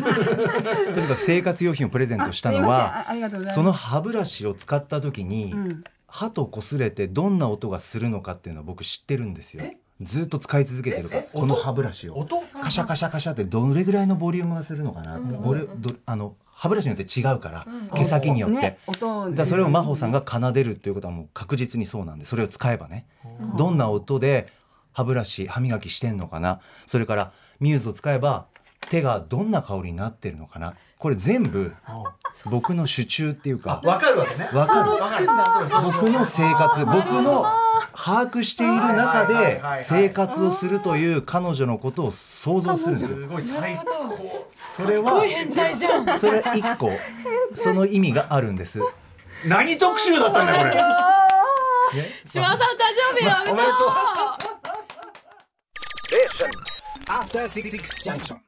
とにかく生活用品をプレゼントしたすいのませんはあありがとうございますその歯ブラシを使った時に、うん歯と擦れてどんな音がするのかっていうのを僕知ってるんですよずっと使い続けてるからこの歯ブラシを音カシャカシャカシャってどれぐらいのボリュームがするのかな、うんうんボリュどあの歯ブラシによって違うから、うん毛先によって、ね音をだからそれを真帆さんが奏でるっていうことはもう確実にそうなんでそれを使えばね、うんどんな音で歯ブラシ歯磨きしてんのかなそれからミューズを使えば手がどんな香りになってるのかなこれ全部僕の手中っていうかわかるわけねわかる想像つくんだそうそう僕の生活僕の把握している中はいはいはいではい生活をするという彼女のことを想像するんですよすごい最高それはそれ一個その意味があるんです何特集だったんだよこれ島田さん誕生日おめでとう After Six Junction.